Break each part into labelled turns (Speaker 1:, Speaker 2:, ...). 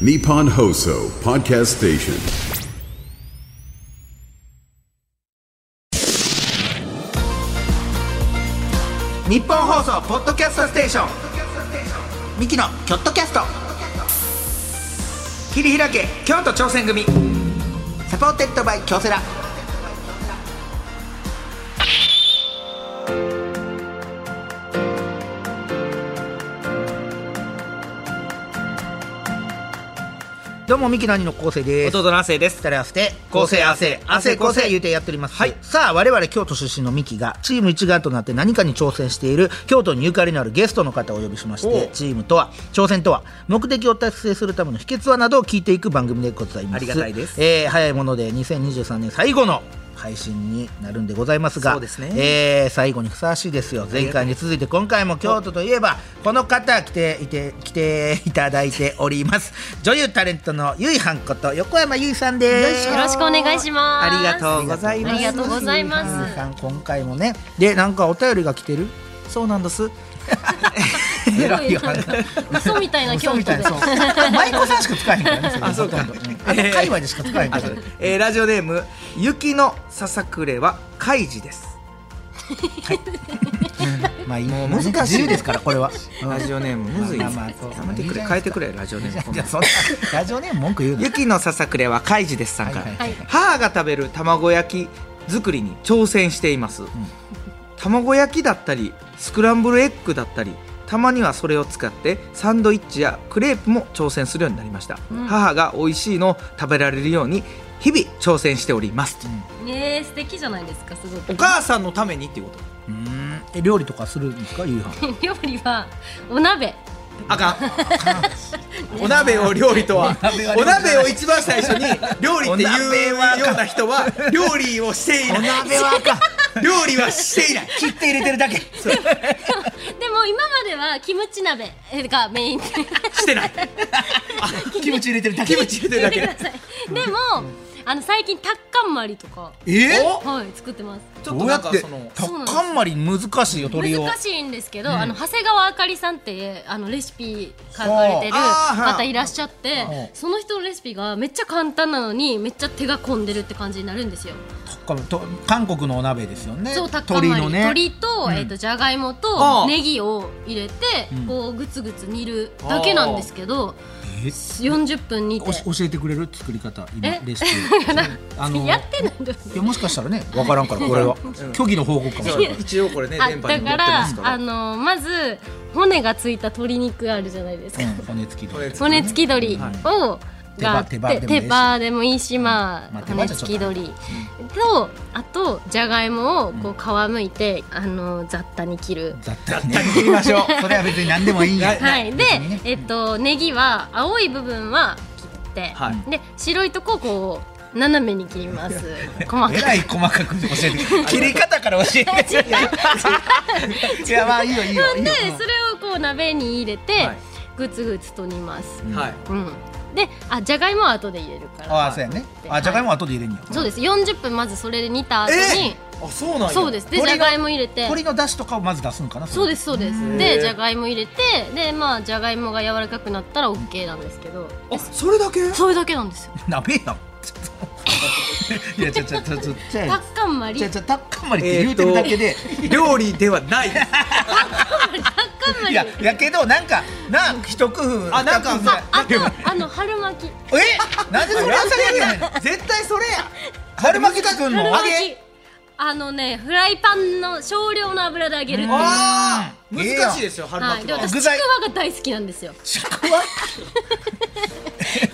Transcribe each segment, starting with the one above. Speaker 1: Nippon Hoso Podcast Station.
Speaker 2: 日本放送ポッドキャストステーションミキのキョットキャスト切り開け京都挑戦組サポーテッドバイ京セラどうもミキの兄の昴生です
Speaker 3: 弟の亜生です
Speaker 2: 二人合わせて
Speaker 3: 昴生亜生
Speaker 2: 亜生
Speaker 3: 亜
Speaker 2: 昴
Speaker 3: 生
Speaker 2: 生
Speaker 3: 昴生
Speaker 2: 言うてやっております、
Speaker 3: はい
Speaker 2: さあ我々京都出身のミキがチーム一丸となって何かに挑戦している京都にゆかりのあるゲストの方をお呼びしまし
Speaker 3: お
Speaker 2: て
Speaker 3: う
Speaker 2: チームとは挑戦とは目的を達成するための秘訣はなどを聞いていく番組でございます
Speaker 3: ありがたいです
Speaker 2: えー早いもので2023年最後の配信になるんでございますが
Speaker 3: そうですね
Speaker 2: えー最後にふさわしいですよ前回に続いて今回も京都といえばこの方来ていて来ていただいております女優タレントのゆいはんこと横山ゆいさんです
Speaker 4: よろしくお願いします。
Speaker 3: ありがとうございます
Speaker 4: ありがとうございます
Speaker 2: ゆいはんさん今回もねでなんかお便りが来てる
Speaker 3: そうなんです
Speaker 4: すご
Speaker 2: 偉い
Speaker 4: い
Speaker 2: よ
Speaker 4: なん か嘘みたいな
Speaker 2: 嘘
Speaker 4: 京都
Speaker 2: みたい
Speaker 4: で
Speaker 2: な。そう舞妓さんしか使えへんからねれ
Speaker 3: あそうか
Speaker 2: ほとんどんあの界隈でしか使えへんから
Speaker 3: えーラジオネーム雪のささくれはカイジです
Speaker 2: まあいい
Speaker 3: もう難しい
Speaker 2: 自由ですからこれ は
Speaker 3: ラジオネームむずい
Speaker 2: まあまあそう
Speaker 3: やめてくれ変えてくれラジオネー
Speaker 2: いや
Speaker 3: ム
Speaker 2: そんなラジオネーム文句言うな
Speaker 3: 雪のささくれはカイジですさんから、
Speaker 2: はいはい
Speaker 4: はい
Speaker 3: 母が食べる卵焼き作りに挑戦しています、卵焼きだったりスクランブルエッグだったりたまにはそれを使ってサンドイッチやクレープも挑戦するようになりました、
Speaker 4: ん
Speaker 3: 母が美味しいのを食べられるように日々挑戦しております、
Speaker 4: す。ねえ素敵じゃないですかすご
Speaker 3: お
Speaker 4: く。
Speaker 3: 母さんのためにっていうこと
Speaker 2: うんえ料理とかするんですか夕飯
Speaker 4: 料理はお鍋。
Speaker 3: あ かん。お鍋を料理とは、お鍋を一番最初に料理っていうような人は料理をしていない。
Speaker 2: 鍋はか
Speaker 3: 料理はしていない。
Speaker 2: 切って入れてるだけ
Speaker 4: でも今まではキムチ鍋がメインで。
Speaker 3: してない。
Speaker 2: キムチ入れてるだ
Speaker 3: キムチ入れてるだけ。
Speaker 4: でもあの最近タッカンマリとか
Speaker 2: え
Speaker 3: お
Speaker 4: はい作ってます。
Speaker 3: ちょっ
Speaker 2: ど
Speaker 3: と
Speaker 2: うや
Speaker 3: な
Speaker 2: っ
Speaker 3: んか
Speaker 2: て
Speaker 3: その。
Speaker 2: タッカンマリ難しいよ鳥を
Speaker 4: 難しいんですけど、あの長谷川あかりさんってあのレシピ書かれてる
Speaker 3: ほうあーはあ
Speaker 4: 方いらっしゃって
Speaker 2: ほう
Speaker 4: その人のレシピがめっちゃ簡単なのにめっちゃ手が込んでるって感じになるんですよ。
Speaker 2: タッカンと韓国のお鍋ですよね
Speaker 4: そうタッカン
Speaker 2: 鳥
Speaker 4: マリ
Speaker 2: の
Speaker 4: 鳥,、
Speaker 2: ね
Speaker 4: と,、えー、とじゃがいも
Speaker 3: ああ
Speaker 4: とネギを入れて、こうグツグツ煮るだけなんですけど
Speaker 2: え
Speaker 4: 40分煮て
Speaker 2: おし教えてくれる作り方今
Speaker 4: え
Speaker 2: レシピあの
Speaker 4: やってないんだよ
Speaker 2: いやもしかしたらねわからんからこれ は虚偽の報告かもしれない
Speaker 3: 一応これね
Speaker 4: あ
Speaker 3: 電波に乗って
Speaker 4: だか
Speaker 3: ます
Speaker 4: ら
Speaker 3: から
Speaker 4: あ。のまず骨がついた鶏肉あるじゃないですか、
Speaker 2: うん骨付きで
Speaker 4: 骨付き鶏を、
Speaker 2: 手羽
Speaker 4: が
Speaker 2: 手羽でもいいし
Speaker 4: 手羽でもいいし、まあ
Speaker 2: まあ手羽
Speaker 4: 骨
Speaker 2: じゃちょ
Speaker 4: 付
Speaker 2: っ
Speaker 4: き
Speaker 2: と
Speaker 4: 鶏とあとじゃがいもをこう皮むいて、あの雑多に切る
Speaker 2: 雑多にね切りましょうそれは別に何でもいいんや
Speaker 4: はい、で
Speaker 2: 別にね、
Speaker 4: えっと、ネギは青い部分は切って、
Speaker 3: はい
Speaker 4: で白いとこをこう斜めに切ります。細
Speaker 2: え
Speaker 4: から
Speaker 2: い細かく教えてくれる切り方から教えてくれるいやまあいいよいいよ
Speaker 4: く。
Speaker 2: いい
Speaker 4: で
Speaker 2: よ、
Speaker 4: それをこう鍋に入れて、
Speaker 3: はい
Speaker 4: ぐつぐつと煮ます。
Speaker 3: はい。
Speaker 4: うん。で、あ、じゃがいもは後で入れるから。
Speaker 2: ああそうやねあじゃがいもは後で入れんや
Speaker 4: そうです。40分まずそれで煮た後に、
Speaker 3: あそうなんや。
Speaker 4: そうです。で、じ
Speaker 2: 鶏の
Speaker 4: ゃがいも入れて。
Speaker 2: 鶏の出汁とかをまず出すんかな
Speaker 4: そう
Speaker 2: で
Speaker 4: ですそうです。で、じゃがいも入れて、で、まあじゃがいもが柔らかくなったら OK なんですけど、
Speaker 3: あそれだけ？
Speaker 4: それだけなんですよ。
Speaker 2: 鍋やん ちょっといやちょちょちょちょち
Speaker 4: タッカンマリ、
Speaker 2: ょ
Speaker 4: タッ
Speaker 2: ちょタッカンマリって言うてるだけで、
Speaker 3: 料理ではないです。
Speaker 4: カンマ
Speaker 2: い
Speaker 4: リ。
Speaker 2: ややけどなんかな一工夫
Speaker 3: あなん
Speaker 2: 二工夫
Speaker 3: か
Speaker 2: ぐらい
Speaker 4: あ、あと、あの春巻き。
Speaker 2: えなんでそれ朝やねん
Speaker 3: 絶対それや。
Speaker 2: 春巻き作んの
Speaker 4: 春
Speaker 2: 揚
Speaker 4: 巻
Speaker 2: げ
Speaker 4: きあのねフライパンの少量の油で揚げるっていうは
Speaker 3: ああ
Speaker 2: ええやん
Speaker 3: 難しいですよ春巻
Speaker 4: い
Speaker 3: き
Speaker 4: で
Speaker 3: は。
Speaker 4: 私
Speaker 2: 具
Speaker 4: ちく
Speaker 2: 材
Speaker 4: わが大好きなんですよ
Speaker 2: ちくわ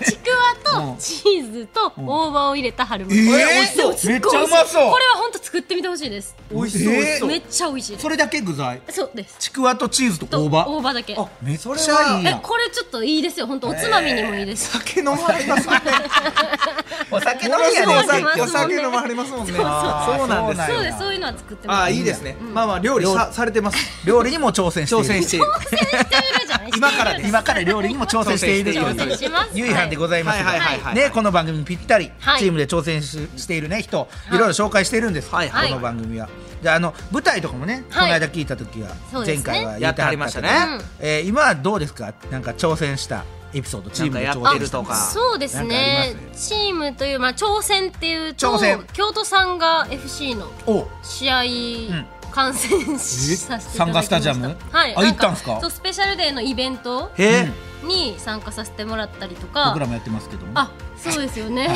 Speaker 4: ちくわとチーズと大葉を入れた春巻き、
Speaker 2: えー
Speaker 4: これ美味しそう
Speaker 2: めっちゃうまそう
Speaker 4: これは本当作ってみてほしいです
Speaker 3: 美味しそう美味しそう
Speaker 4: め。っちゃ美味しいです
Speaker 2: それだけ具材
Speaker 4: そうです
Speaker 2: ちくわとチーズと
Speaker 4: と
Speaker 2: 大葉
Speaker 4: だけ
Speaker 3: あ
Speaker 2: めっちゃ
Speaker 3: それはい
Speaker 2: いや
Speaker 4: え
Speaker 2: ん
Speaker 4: これちょっといいですよ本当おつまみにもいいです、
Speaker 3: 酒飲まれますね。
Speaker 2: お酒飲
Speaker 3: もの
Speaker 2: みや
Speaker 3: すごいお酒
Speaker 2: ね
Speaker 4: ね
Speaker 3: お酒飲まれますもんね。
Speaker 2: あー
Speaker 3: そうなんです。
Speaker 2: そう
Speaker 4: そうで
Speaker 2: いいな
Speaker 4: すそういうのは作っ
Speaker 3: あ
Speaker 4: てま
Speaker 3: あ
Speaker 4: す
Speaker 3: いいですね。まあまあ料理さされてます。
Speaker 2: 料理にも挑戦している
Speaker 3: 挑戦している。
Speaker 4: してるじゃな い
Speaker 3: 今からです
Speaker 2: 今から料理にも挑戦している
Speaker 3: 挑戦している
Speaker 4: 挑戦します
Speaker 2: ゆいはんでございますが
Speaker 3: はいはいはいはい
Speaker 2: ねこの番組にぴったり、
Speaker 4: はい
Speaker 2: チームで挑戦ししているね人いろいろ紹介してるんです、
Speaker 3: はいはい
Speaker 2: この番組は。であの舞台とかもね、
Speaker 4: はい
Speaker 2: この間聞いた時は、
Speaker 4: そうで
Speaker 2: 前
Speaker 4: すね
Speaker 2: 回は
Speaker 3: や
Speaker 2: 言
Speaker 3: っ
Speaker 2: ってて
Speaker 3: あ
Speaker 2: は
Speaker 3: り
Speaker 2: り
Speaker 3: ま
Speaker 2: ま
Speaker 3: し
Speaker 2: したた
Speaker 3: ね
Speaker 2: ね、えー今はどうですかなんか挑戦したエピソードチームで
Speaker 3: なん
Speaker 2: 挑
Speaker 3: かやっ
Speaker 2: 戦
Speaker 3: てる
Speaker 2: した
Speaker 3: とか
Speaker 4: そうです
Speaker 2: なん
Speaker 4: ね
Speaker 2: かありま
Speaker 4: チームという、まあ、挑戦っていうと
Speaker 2: 挑戦
Speaker 4: 京都さんが FC の
Speaker 2: お
Speaker 4: 試合、観戦しさせていただ
Speaker 2: 参
Speaker 4: きました
Speaker 2: 加スタジアム
Speaker 4: はい
Speaker 2: あ
Speaker 4: な
Speaker 2: 行ったんすか
Speaker 4: そうスペシャルデーのイベント
Speaker 3: へえ、
Speaker 2: うん
Speaker 4: に参加させてもらったりとか
Speaker 2: 僕らもやってますけども
Speaker 4: あそうですよね、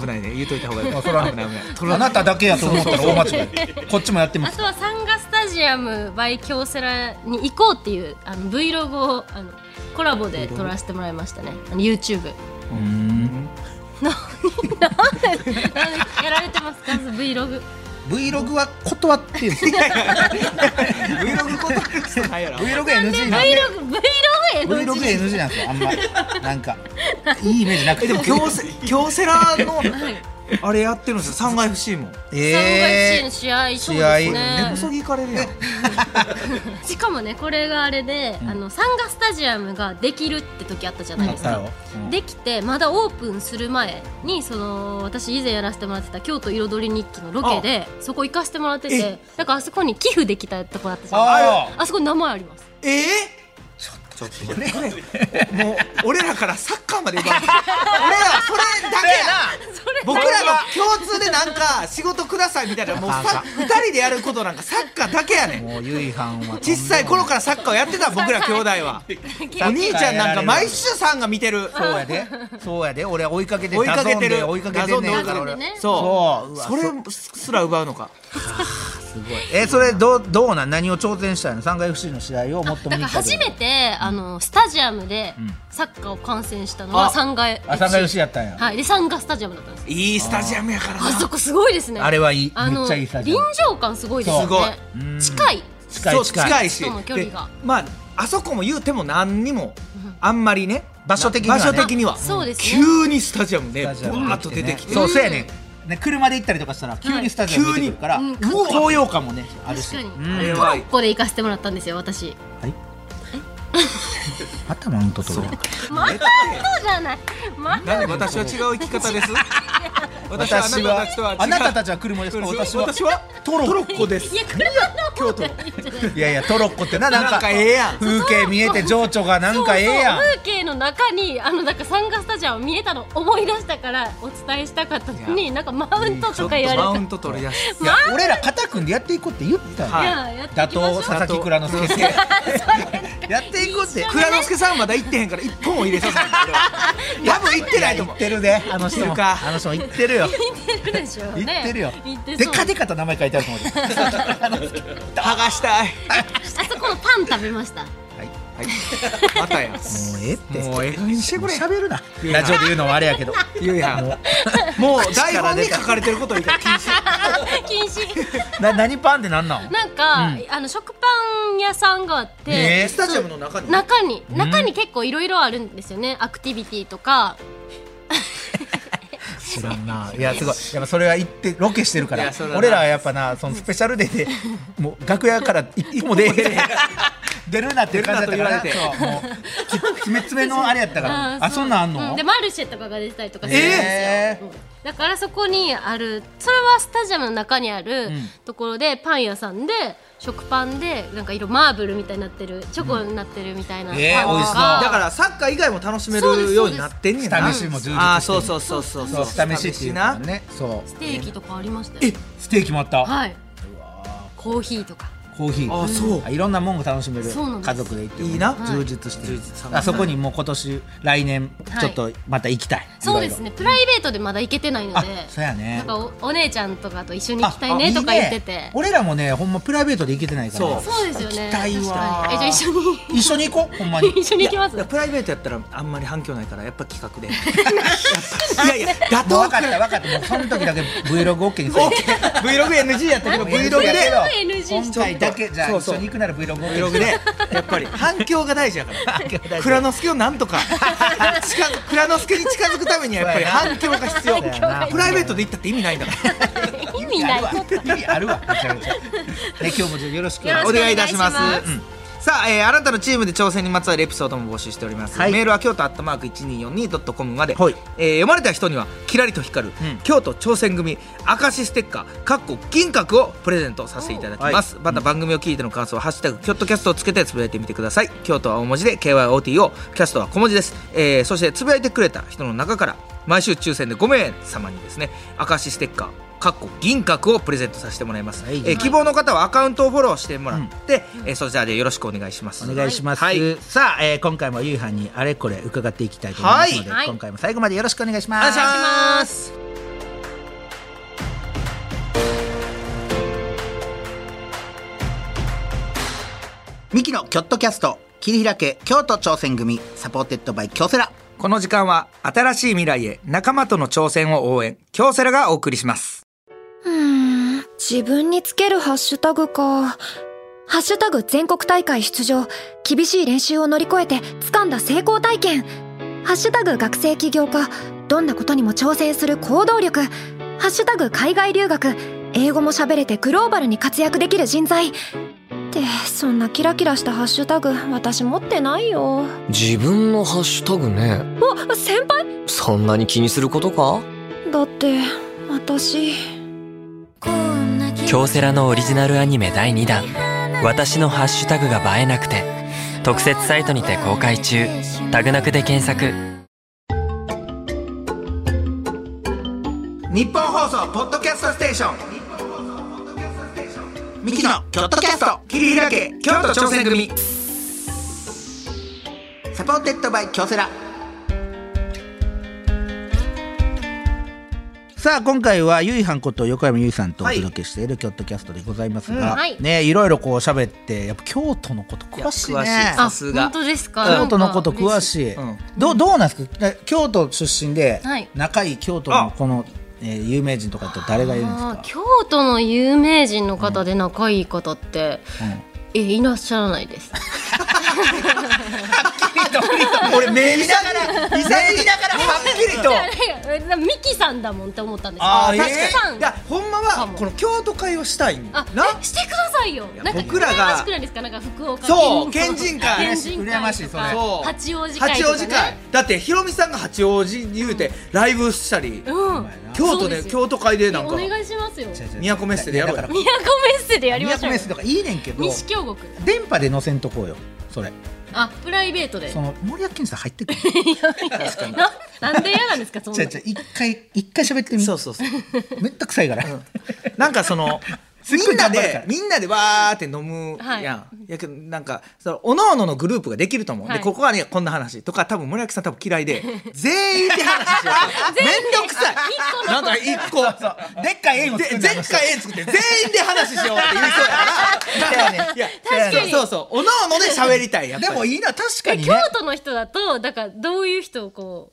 Speaker 3: 危ないね言うといた 方がいい
Speaker 2: あそれはね
Speaker 3: 危ない危ない
Speaker 2: あなただけやと思ったら大間違いこっちもやってま
Speaker 4: あ
Speaker 2: す
Speaker 4: とはサンガスタジアム by 京セラに行こうっていうあの Vlog をあのコラボで撮らせてもらいましたねあの YouTube なんでやられてますか Vlog
Speaker 2: Vlog は断ってるんですよ
Speaker 3: Vlog コンタクトないやろ
Speaker 2: VlogNG なんで
Speaker 4: Vlog Vlogへの
Speaker 2: VlogNG なんですよあんまなんかいいイメージなくて
Speaker 3: えでも京セ京セラの
Speaker 4: はい
Speaker 3: あれやってるんですよサンガ FC も
Speaker 4: サンガ FC の
Speaker 2: え
Speaker 4: 試合そう
Speaker 2: 試
Speaker 4: で
Speaker 2: 合
Speaker 4: す
Speaker 3: 根
Speaker 4: ね
Speaker 3: こそぎ行かれるやん
Speaker 4: しかもねこれがあれで、あのサンガスタジアムができるって時あったじゃない
Speaker 2: ー、あ
Speaker 4: で
Speaker 2: っ
Speaker 4: す
Speaker 2: た
Speaker 4: か
Speaker 2: よ、うん
Speaker 4: できてまだオープンする前にその私以前やらせてもらってた京都彩り日記のロケでそこ行かせてもらっててなんかあそこに寄付できたとこだったじゃない
Speaker 2: あ
Speaker 4: あそこに名前あります
Speaker 3: えーちょっと待ってもう俺らからサッカーまで奪う俺らそれだけや僕らの共通でなんか仕事くださいみたいなもうさ二人でやることなんかサッカーだけやねん
Speaker 2: もうゆいはんは
Speaker 3: 小さい頃からサッカーをやってた僕ら兄弟はお兄ちゃんなんか毎週さんが見てる
Speaker 2: そうやでそうやで俺は追いかけて
Speaker 3: 追いか
Speaker 2: ダゾー
Speaker 3: けて
Speaker 2: ンで
Speaker 3: る
Speaker 2: 追いかけてんねん
Speaker 3: ダゾーンで追いかけてる
Speaker 4: ダゾーンでね
Speaker 3: そう
Speaker 2: そう
Speaker 3: それすら奪うのか
Speaker 2: えそれどうどうなん何を挑戦したいの三階 FC の試合をもっと
Speaker 4: だ
Speaker 2: 見
Speaker 4: か
Speaker 2: に行っ
Speaker 4: ら
Speaker 2: たけど
Speaker 4: 初めてあのスタジアムでサッカーを観戦したのは
Speaker 3: あ
Speaker 4: 3階
Speaker 2: あ三階 FC やったんや、
Speaker 4: はいでサンガスタジアムだったんです
Speaker 3: いいスタジアムやから
Speaker 4: あ
Speaker 3: な
Speaker 4: そこすごいですね
Speaker 2: あれはいい
Speaker 4: あの
Speaker 2: めっちゃいいスタジア
Speaker 4: 臨
Speaker 2: ム
Speaker 4: 場感すごいですよ
Speaker 3: そうす
Speaker 4: ね近い
Speaker 2: 近
Speaker 3: そう
Speaker 2: い近い
Speaker 3: 近いし
Speaker 4: 人との距離が
Speaker 3: でまああそこも言うても何にもあんまりね
Speaker 2: 場所的にはね
Speaker 3: 場所的には
Speaker 4: そうですね
Speaker 3: 急にスタジアムで
Speaker 2: ス
Speaker 3: バ
Speaker 2: タジアム
Speaker 3: ーッと出てきて
Speaker 2: そうそうやねんね車で行ったりとかしたら急にスタジアム出てくるから、
Speaker 4: はい急に
Speaker 2: もう高揚感もねある
Speaker 4: 確
Speaker 2: し
Speaker 4: かに
Speaker 3: あれ
Speaker 4: ト
Speaker 3: は
Speaker 4: ロッコで行かせてもらったんですよ私
Speaker 2: 頭のととろ
Speaker 4: またじゃないまた
Speaker 3: なんで私は違う生き方 です私はあ
Speaker 2: 私
Speaker 3: なた
Speaker 2: は
Speaker 3: たちとは違う
Speaker 2: あなたたちは車ですか私は
Speaker 3: 私は
Speaker 2: トロッコ
Speaker 3: トロッコです
Speaker 4: いや車の方がいいんじゃない
Speaker 2: いやいやトロッコってななんか
Speaker 3: なんかええやん
Speaker 2: 風景見えて情緒がなんかええやん
Speaker 4: そうそう風景の中にあのなんかサンガスタジアム見えたの思い出したからお伝えしたかったの
Speaker 3: い
Speaker 4: になんかマウント
Speaker 3: ちょ
Speaker 4: と
Speaker 3: っ
Speaker 4: か言
Speaker 3: とマ
Speaker 4: わ
Speaker 3: ウ
Speaker 4: れ
Speaker 3: ント取り出す
Speaker 2: いや俺ら肩組んでやっていこうって言った
Speaker 4: た
Speaker 2: よ
Speaker 4: い
Speaker 3: はい
Speaker 4: や やって
Speaker 2: 打
Speaker 4: いきましょ
Speaker 2: 倒
Speaker 4: う
Speaker 2: 佐々木蔵之介やっていこうって
Speaker 3: 蔵之介さんまだ行ってへんから一本を入れさせない俺は多分行ってないと
Speaker 2: 行
Speaker 3: 思う
Speaker 2: ってるであの人
Speaker 3: 行
Speaker 2: も
Speaker 3: ってるか
Speaker 2: あの人も行ってるよ
Speaker 4: 言ってるでしょうね
Speaker 2: 行ってるよ
Speaker 4: 言って
Speaker 2: で
Speaker 4: そう
Speaker 2: かでかと名前書いてあると思う
Speaker 3: 剥がしたい
Speaker 4: あそこのパン食べました
Speaker 3: はいまたやも
Speaker 2: もうええって
Speaker 3: うええ加減にしてくれ
Speaker 2: 喋るなラジオで言うのもあれやけど
Speaker 3: ゆうやん もう台本に書かれてることを言ったら禁止
Speaker 4: 禁止
Speaker 2: な 何パンってなんなん
Speaker 4: なんか、あの食パン屋さんがあって、
Speaker 2: ねえ
Speaker 3: スタジアムの中に
Speaker 4: 中に中に結構いろいろあるんですよねアクティビティとか
Speaker 2: 知らんないやすごいやっぱそれは行ってロケしてるか
Speaker 3: い
Speaker 2: ら
Speaker 3: やそれはな
Speaker 2: 俺らはやっぱなそのスペシャルデーでもう楽屋から一一個 も出へん出るなっていう感じだったから
Speaker 3: 出るなと
Speaker 2: そうもうき爪爪のあれやったからあそんなんあんの、
Speaker 4: うでマルシェとかが出てたりとかするんですよ、
Speaker 2: えー
Speaker 4: だからそこにあるそれはスタジアムの中にあるところでパン屋さんで食パンでなんか色マーブルみたいになってるチョコになってるみたいなパン
Speaker 2: えー美味し
Speaker 4: と
Speaker 2: そう
Speaker 4: か、
Speaker 3: だからサッカー以外も楽しめ
Speaker 4: そうです
Speaker 3: るようになってんねんな
Speaker 2: そうです下飯も充実してる
Speaker 3: あーそうそうそうそう
Speaker 2: そう下飯っていうの
Speaker 3: な
Speaker 2: がねそう
Speaker 4: ステーキとかありました
Speaker 2: え
Speaker 4: よ
Speaker 2: ステーキもあった、
Speaker 4: はいコーヒーとか
Speaker 2: コーヒー
Speaker 3: あそう
Speaker 2: あいろんなもんが楽しめる
Speaker 4: そうなんです
Speaker 2: 家族で行っても
Speaker 3: いいな
Speaker 2: 充実して
Speaker 3: 充
Speaker 2: る
Speaker 3: 実さ
Speaker 2: あそこにもう今年来年ちょっとまた行きたい、
Speaker 4: そうですねプライベートでまだ行けてないの
Speaker 2: あ
Speaker 4: で
Speaker 2: そうやね
Speaker 4: なんかおお姉ちゃんとかと一緒に
Speaker 2: あ
Speaker 4: 行きたいねとか言ってて
Speaker 2: いいね俺らもねほんまプライベートで行けてないからね
Speaker 3: そ
Speaker 4: そうですよね
Speaker 2: 行きたいわ
Speaker 4: 確かにえじゃあ一緒
Speaker 2: 一緒に行こうほんま に
Speaker 4: に一緒に行きます
Speaker 3: いやプライベートやったらあんまり反響ないからやっぱ企画 でやっぱいやいや打
Speaker 2: もう
Speaker 3: 倒
Speaker 2: 分かった分かったもうその時だけ Vlogok にする
Speaker 3: VlogNG やったけど Vlog で
Speaker 4: NG
Speaker 2: 今回だけじゃあ
Speaker 3: そう
Speaker 2: 一
Speaker 3: そう
Speaker 2: 緒に行くなら Vlog
Speaker 3: Vlog でやっぱ り反響が大事やから蔵之介をなんとか近づ蔵之介に近づくためにはやっぱり反響が必要
Speaker 2: そうやな
Speaker 3: プライベートで行ったって意味ないんだから
Speaker 4: 意味ない
Speaker 2: 意味あるわめちゃめちゃね今日もじゃあよろしく
Speaker 4: よろしく
Speaker 3: お願いいたします
Speaker 4: お願いします
Speaker 3: うんさあ、えー、あなたのチームで挑戦にまつわるエピソードも募集しております、
Speaker 2: はい
Speaker 3: メールは京都アットマーク 1242.com まで、
Speaker 2: はい
Speaker 3: えー読まれた人にはキラリと光る、
Speaker 2: ん
Speaker 3: 京都挑戦組明石ステッカーかっこ銀閣をプレゼントさせていただきます、また番組を聞いての感想は「ハッシュタグ京都キャスト」をつけてつぶやいてみてください京都は大文字で KYOTO キャストは小文字です、えーそしてつぶやいてくれた人の中から毎週抽選で5名様にですね明石ステッカーかっこ銀閣をプレゼントさせてもらいます、
Speaker 2: はい
Speaker 3: えー希望の方はアカウントをフォローしてもらって、えーそちらでよろしくお願いします
Speaker 2: お願いします、
Speaker 3: はい
Speaker 2: さあ、えー今回もゆいはんにあれこれ伺っていきたいと思いますので、
Speaker 4: はいはい
Speaker 2: 今回も最後までよろしくお願いしま
Speaker 3: お願い
Speaker 2: す
Speaker 3: します
Speaker 2: ミキのキョットキャスト切り開け京都挑戦組サポーテッドバイ京セラ
Speaker 3: この時間は新しい未来へ仲間との挑戦を応援京セラがお送りします
Speaker 5: うーん自分につけるハッシュタグか。ハッシュタグ全国大会出場。厳しい練習を乗り越えて掴んだ成功体験。ハッシュタグ学生起業家。どんなことにも挑戦する行動力。ハッシュタグ海外留学。英語も喋れてグローバルに活躍できる人材。って、そんなキラキラしたハッシュタグ私持ってないよ。
Speaker 6: 自分のハッシュタグね
Speaker 5: あ、先輩
Speaker 6: そんなに気にすることか
Speaker 5: だって、私。
Speaker 7: 京セラのオリジナルアニメ第2弾「私のハッシュタグが映えなくて」特設サイトにて公開中タグなくで検索
Speaker 3: 日本放送ポッドキャストステーションミキのキョットキャスト切り開け京都挑戦組
Speaker 2: サポーテッドバイ京セラさあ今回はゆいはんこと横山ゆいさんとお
Speaker 3: はい
Speaker 2: 届けしている京都キャストでございますが、
Speaker 3: うん
Speaker 4: はい
Speaker 2: ねいろいろこう喋ってやっぱ京都のこと詳しいね
Speaker 3: いや詳しい
Speaker 4: あ
Speaker 3: さすが
Speaker 4: 本当ですか
Speaker 2: 京都のこと詳
Speaker 4: い
Speaker 2: しい、
Speaker 3: うん
Speaker 2: どうどうなんですかえ京都出身で
Speaker 4: はい
Speaker 2: 仲いい京都のこの、えー有名人とかって誰がいるんですか
Speaker 4: 京都の有名人の方で仲いい方って、えいらっしゃらないです
Speaker 3: 俺目見ながら目見ながらはっきりと
Speaker 4: ミキさんだもんって思ったんです
Speaker 3: あー
Speaker 4: ミキさ
Speaker 3: 確か
Speaker 4: ん
Speaker 3: にいやほんま
Speaker 4: か
Speaker 3: は
Speaker 4: も
Speaker 3: この京都会をしたいんだ
Speaker 4: あ
Speaker 3: な
Speaker 4: えしてくださいよ
Speaker 3: や
Speaker 4: なんか
Speaker 3: 僕らが
Speaker 4: 羨ましくないですかなんか福岡
Speaker 3: そう県人会
Speaker 4: 県人
Speaker 2: 羨ま
Speaker 4: 会
Speaker 2: しい
Speaker 4: と
Speaker 2: そ
Speaker 4: か
Speaker 2: れ
Speaker 3: そう
Speaker 4: 八王子会
Speaker 3: 八
Speaker 4: とか、ね、
Speaker 3: 王子会だってひろみさんが八王子言うてライブしたり
Speaker 4: うん
Speaker 3: 京
Speaker 4: そ
Speaker 3: 都
Speaker 4: うで
Speaker 3: です
Speaker 4: よ
Speaker 3: 京都会でなん
Speaker 4: お
Speaker 3: か
Speaker 4: 願いしますよ
Speaker 3: 宮古メッセでやろう
Speaker 2: い
Speaker 3: よ
Speaker 2: だから
Speaker 4: 都メッセでやりましょ
Speaker 2: 都
Speaker 4: う
Speaker 2: メ
Speaker 4: よ
Speaker 2: ッセとかいいねんけど
Speaker 4: 西京極
Speaker 2: 電波で載せんとこうよそれ
Speaker 4: あプライベートで
Speaker 2: その森脇健児さん入ってくる
Speaker 4: な なんで嫌なんですかそん
Speaker 2: じ
Speaker 4: な
Speaker 2: ゃあじゃあ一回一回喋ってみ
Speaker 3: そうそうそう
Speaker 2: めったくさいから、
Speaker 3: なんかその
Speaker 2: すっ
Speaker 3: み
Speaker 2: ごい
Speaker 3: んな
Speaker 2: 頑張るから
Speaker 3: でみんなでわーって飲む
Speaker 4: はい
Speaker 3: やん、やけどなんかそのおのおののグループができると思う、
Speaker 4: はい
Speaker 3: でここはねこんな話とか多分森脇さん多分嫌いで全員で話しようとめんどくさ
Speaker 4: 個
Speaker 3: いな
Speaker 4: の
Speaker 3: んか一個
Speaker 2: でっかい円を
Speaker 3: で
Speaker 2: 作るんだ
Speaker 3: 全回円作って全員で話しようって言いそうやから
Speaker 2: せやね
Speaker 3: いや
Speaker 4: 確かに
Speaker 3: そうそうおのおので喋りたいやっぱ
Speaker 2: で
Speaker 3: り
Speaker 2: もいいな確かにね
Speaker 4: 京都の人だとだからどういう人をこう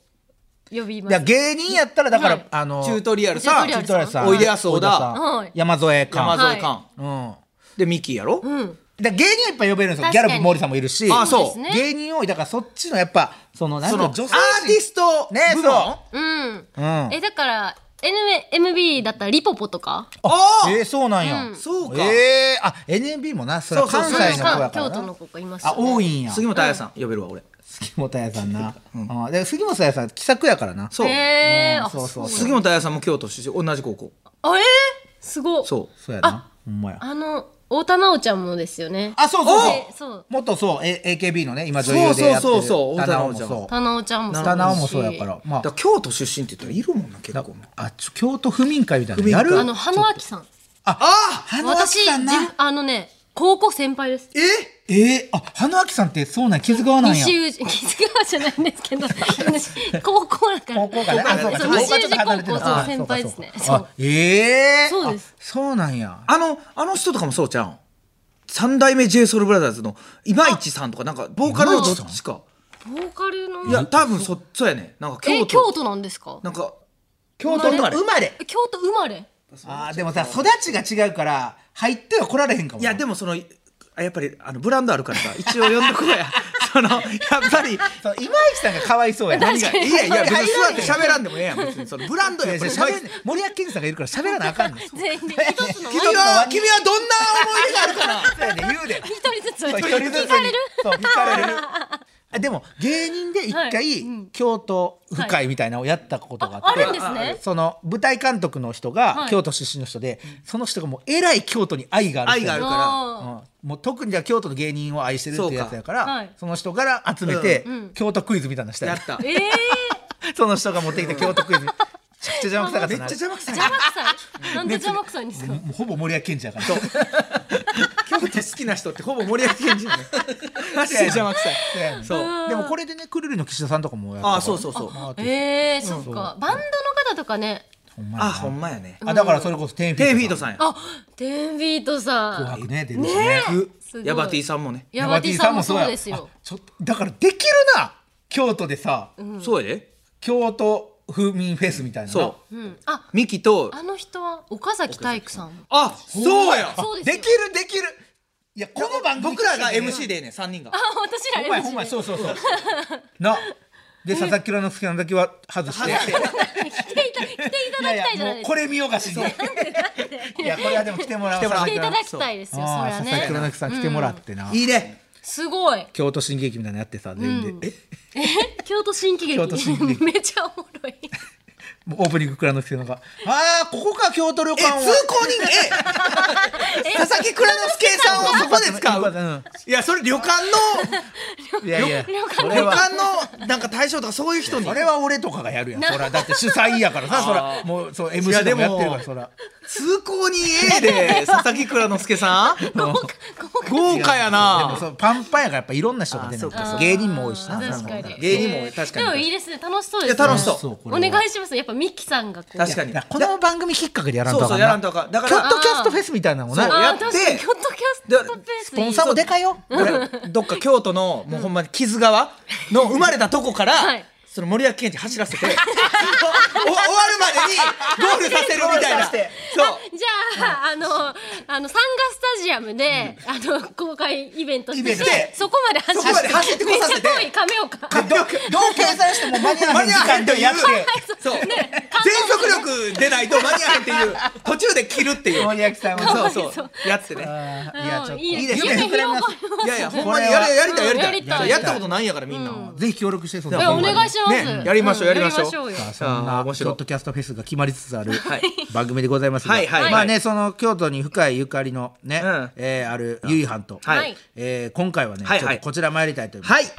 Speaker 4: 呼びま
Speaker 2: いや
Speaker 4: す
Speaker 2: 芸人やったらだから、
Speaker 4: はい
Speaker 2: あの
Speaker 3: チュートリアルさ
Speaker 4: チュ
Speaker 2: チ
Speaker 4: ー
Speaker 2: ュートリアルさん
Speaker 3: おいでやす
Speaker 2: おい
Speaker 3: 小田
Speaker 2: でやす小
Speaker 4: はい
Speaker 2: 山添か
Speaker 3: 山添
Speaker 4: は
Speaker 3: 寛
Speaker 2: うん
Speaker 3: でミキやろ、
Speaker 4: うん
Speaker 2: だから芸人はいっぱい呼べるんですよ
Speaker 4: 確
Speaker 2: ギ
Speaker 4: か
Speaker 2: ャ
Speaker 4: に
Speaker 2: ルブ森さんもいるし
Speaker 3: あそう
Speaker 4: そうですね
Speaker 2: 芸人多いだからそっちのやっぱそのなん
Speaker 3: そ
Speaker 2: か
Speaker 3: のア
Speaker 2: 女性
Speaker 3: ーティスト
Speaker 2: ね
Speaker 3: 部門、
Speaker 2: そう
Speaker 4: う
Speaker 2: う
Speaker 4: ん
Speaker 2: ん
Speaker 4: えだから NMB だったらリポポとか
Speaker 3: あー
Speaker 2: えー、そうなんや、
Speaker 4: うん
Speaker 3: そうか
Speaker 2: えー、あ NMB もなそれは
Speaker 3: そう
Speaker 2: 関
Speaker 3: そう
Speaker 2: 西
Speaker 3: そう
Speaker 2: の子やからな
Speaker 4: 京都の子がいますよ
Speaker 2: あ
Speaker 4: ね
Speaker 2: 多いんや
Speaker 3: 杉本彩さん呼べるわ俺
Speaker 2: 杉本屋さんな、うん、で杉本屋さん気さくやからな
Speaker 3: そう、
Speaker 4: へえあ
Speaker 2: そうそう
Speaker 3: 杉本彩さんも京都出身同じ高校
Speaker 4: あえーすごい
Speaker 3: そう
Speaker 2: そうやなほんまや
Speaker 4: あの太田奈央ちゃんもですよね
Speaker 2: あそうそうそう
Speaker 4: えそう
Speaker 2: 元そう A- AKB のね今女優でやってる
Speaker 3: そうそうそうそう
Speaker 2: 田直も
Speaker 3: 田直ちゃん
Speaker 2: そう
Speaker 4: 田奈央ちゃんも
Speaker 2: 田直もそうやからま
Speaker 3: だから
Speaker 2: あ
Speaker 3: 京都出身って言ったらいるもんな結構
Speaker 2: あちょ京都府民会みたいなのや
Speaker 3: 府
Speaker 2: る
Speaker 4: あの花輪明さん
Speaker 2: あ花輪
Speaker 4: 私
Speaker 2: さんな
Speaker 4: じあのね高校先輩です
Speaker 3: え
Speaker 2: えー、あ花輪さんってそうなん気づかわなんや
Speaker 4: 西宇治気づかじゃないんですけど高校だから
Speaker 2: 高校からねあそうか
Speaker 4: そう
Speaker 2: 高校
Speaker 4: 西宇治
Speaker 2: ちょっと離れ
Speaker 4: 高
Speaker 2: てる
Speaker 4: 校
Speaker 2: あ
Speaker 4: そう
Speaker 2: そう
Speaker 4: 先
Speaker 2: か
Speaker 4: 輩
Speaker 2: そう
Speaker 4: で
Speaker 2: か
Speaker 4: すねそ
Speaker 2: あ
Speaker 4: う
Speaker 2: ええー、
Speaker 4: そうです
Speaker 2: あそうなんや
Speaker 3: あのあの人とかもそうちゃうん三代目 JSOULBROTHERS の今市さんとかなんかボーカルのどっちか
Speaker 4: ボーカルの
Speaker 3: いや多分そそうやねなんか京
Speaker 4: え
Speaker 3: 都
Speaker 4: 京都なんですか
Speaker 3: なんか
Speaker 2: 京都の
Speaker 3: 生まれ
Speaker 2: 生まれ
Speaker 4: 京都生まれ
Speaker 2: あーでもさ育ちが違うから入っては来られへんかも
Speaker 3: いやでもそのあやっぱりあのブランドあるからさ一応呼んどこうやそのやっぱり
Speaker 2: そう今市さんがかわいそうや
Speaker 3: 何がいやいや別に座って
Speaker 2: ゃ
Speaker 3: 喋らんでもええやん別にそのブランドやっぱり毎日
Speaker 2: 森脇健児さんがいるから喋らなあかんねんそう
Speaker 4: 全員で一つの
Speaker 3: 君は君はどんな思い出があるかな
Speaker 2: やね言うで
Speaker 4: 一人ずつ
Speaker 2: そう 一人ずつ
Speaker 4: 聞かれ
Speaker 2: に
Speaker 4: る
Speaker 2: そう聞か れるあでも芸人で一
Speaker 4: は
Speaker 2: 回
Speaker 4: いうん
Speaker 2: 京都府会みたいなのをやったことがあ
Speaker 4: あ
Speaker 2: って
Speaker 4: るんですね
Speaker 2: その舞台監督の人が
Speaker 4: はい
Speaker 2: 京都出身の人でその人がもうえらい京都に愛がある人
Speaker 3: 愛がある
Speaker 4: あー
Speaker 2: うんもう特にじゃあ京都の芸人を愛してるってやつやからそ,、
Speaker 4: そうかはい
Speaker 2: の人から集めて、
Speaker 4: うんうん
Speaker 2: 京都クイズみたいなのした
Speaker 3: や
Speaker 2: や
Speaker 3: っ
Speaker 2: つ
Speaker 3: た
Speaker 4: ええ
Speaker 2: その人が持ってきた京都クイズめちゃくちゃ邪魔くさかった
Speaker 3: めっ
Speaker 2: な
Speaker 3: ちゃ邪魔くさい
Speaker 4: 邪魔くさいなんで邪魔くさいんですか
Speaker 2: もうほぼ森脇健児やから
Speaker 3: 京都好きな人ってほぼ森脇健児やね マジで邪魔くさいそう
Speaker 2: でもこれでねくるりの岸田さんとかもやった
Speaker 3: あそうそうそう
Speaker 2: あー
Speaker 4: ええそっかバンドの方とかね
Speaker 2: ほんまや
Speaker 3: あ
Speaker 2: な
Speaker 3: ほんまやね
Speaker 2: あだからそれこそテンフィ
Speaker 3: テンフィ
Speaker 2: ー
Speaker 3: ー
Speaker 2: ト
Speaker 3: ト
Speaker 2: さん
Speaker 3: さんや
Speaker 4: あテンビートさん
Speaker 2: 紅白ね出てね
Speaker 4: すごい
Speaker 3: ヤバティさんもね
Speaker 4: ヤバティさんもそうです
Speaker 2: ヤバ
Speaker 4: よ
Speaker 2: ティさんもそうやあちょっとだからできるな京都でさ
Speaker 3: そうやで
Speaker 2: 京都風民フェスみたいなの
Speaker 3: そ
Speaker 4: うんあ
Speaker 3: うミキと
Speaker 4: あの人は岡崎体育さん
Speaker 3: あそうや
Speaker 4: そうです
Speaker 2: で
Speaker 4: よ
Speaker 2: きるできるいやこの番組
Speaker 3: 僕らが
Speaker 2: 来てね
Speaker 3: MC でね3人が
Speaker 4: あ私ら
Speaker 2: ほんまやほんまやそうそうそうなで佐々木蔵之介の時は外して
Speaker 3: 外して
Speaker 4: 来ていた来ていただきたいじ
Speaker 2: も
Speaker 4: ゃない
Speaker 2: う
Speaker 4: です
Speaker 2: こ
Speaker 4: か
Speaker 2: れ見よがしにいやこれはでも来てもらおう
Speaker 3: 来てもらお
Speaker 4: 来
Speaker 3: う
Speaker 4: ていただきたいですよそ
Speaker 2: あ
Speaker 4: れ
Speaker 2: ー
Speaker 4: は
Speaker 2: 佐々木蔵
Speaker 4: ね
Speaker 2: 之介さん来てもらってない
Speaker 3: いね
Speaker 4: すごい
Speaker 2: 京都新喜劇みたいなのやってさ全員でえ
Speaker 4: 京都新喜劇
Speaker 2: 京都新喜劇
Speaker 4: めちゃおもろい
Speaker 2: もうオープニング蔵之介のがあーここか京都旅
Speaker 3: え
Speaker 2: 館
Speaker 3: 通
Speaker 2: は
Speaker 3: 行人え 佐々木蔵之介さんをそこで使ういやそれ旅館の
Speaker 2: いやいや
Speaker 4: 旅館
Speaker 2: それ
Speaker 3: 旅
Speaker 2: は
Speaker 3: 館のなんか大将とかそういう人に
Speaker 2: それは俺とかがやるやんそらだって主催やからさそらもうそう MC でもやってるからそら
Speaker 3: 通行に A で佐々木蔵之介さん
Speaker 4: 豪華豪華
Speaker 3: 豪華や
Speaker 2: でも
Speaker 3: な
Speaker 2: そうパンパンやからやっぱいろんな人が出る
Speaker 3: あーそうかそうか
Speaker 2: 芸人も多いしな
Speaker 4: 確かに
Speaker 3: 芸人も確かに
Speaker 4: でもいいですね楽しそう
Speaker 3: い
Speaker 4: で
Speaker 3: や
Speaker 4: すね
Speaker 3: 楽しそう
Speaker 2: そうこ
Speaker 4: お
Speaker 2: れは
Speaker 4: 願いしますやっぱミキさんがこう
Speaker 3: 確かに
Speaker 2: いやこの番組きっかけでやらんとあか
Speaker 3: そうそうんや
Speaker 2: な
Speaker 3: らんとあかんだか
Speaker 2: キョッ
Speaker 3: ら
Speaker 2: トキャストフェスみたいなのもな
Speaker 3: そう
Speaker 2: や
Speaker 3: や
Speaker 4: あー
Speaker 3: って
Speaker 4: 確かにキョットキャストペース
Speaker 2: スポンサーもでかいよ
Speaker 3: 俺どっか京都のもうほんまに木津川の生まれたとこから、
Speaker 4: はい
Speaker 3: その森脇健児走らせてお終わるまでにゴールさせるみた
Speaker 2: ゴー
Speaker 3: いな
Speaker 2: ルさせて
Speaker 3: そう
Speaker 4: じゃあ、あの、あの、サンガスタジアムで、あの、公開イベントし
Speaker 3: イベント
Speaker 4: て
Speaker 3: で、
Speaker 4: そこまで走
Speaker 3: そこまで走ってこ
Speaker 4: めっ
Speaker 3: さ
Speaker 4: ちゃ
Speaker 3: せて
Speaker 4: 遠い亀岡。
Speaker 3: どど
Speaker 2: どう計算しても間に合わない時間でやって
Speaker 3: そう全
Speaker 4: ね
Speaker 3: 速力出ないと間に合わへんっていう途中で切るっていう
Speaker 2: 森脇さんは
Speaker 3: そう
Speaker 4: かわいそ
Speaker 3: そうやってね
Speaker 2: あーいや
Speaker 4: あ
Speaker 2: ちょっと
Speaker 4: ーいい
Speaker 2: い
Speaker 4: ですね。
Speaker 2: ね
Speaker 4: 夢広がり
Speaker 3: いやいやほん
Speaker 2: こ
Speaker 3: ま
Speaker 2: れ
Speaker 3: に
Speaker 2: は
Speaker 3: やりやりたいや
Speaker 4: うん
Speaker 3: り
Speaker 4: や
Speaker 3: た
Speaker 4: りた
Speaker 3: い
Speaker 4: い
Speaker 3: やったことないんやからみんな、
Speaker 2: ぜひ協力してそう
Speaker 4: ます。お願いします。
Speaker 3: ねやりましょうやりましょう
Speaker 4: うんやりまし
Speaker 2: そん
Speaker 3: あー
Speaker 2: な
Speaker 3: 面
Speaker 2: シ
Speaker 3: 白い
Speaker 2: ョットキャストフェスが決まりつつある
Speaker 3: はい
Speaker 2: 番組でございますが、
Speaker 3: はいはいはい
Speaker 2: まあねその京都に深いゆかりのね、
Speaker 3: うん
Speaker 2: えーあるゆいはんと、
Speaker 3: はい
Speaker 2: えー今回はね、
Speaker 3: はいは
Speaker 2: ちょ
Speaker 3: い
Speaker 2: っとこちら参りたいと思います。
Speaker 3: はい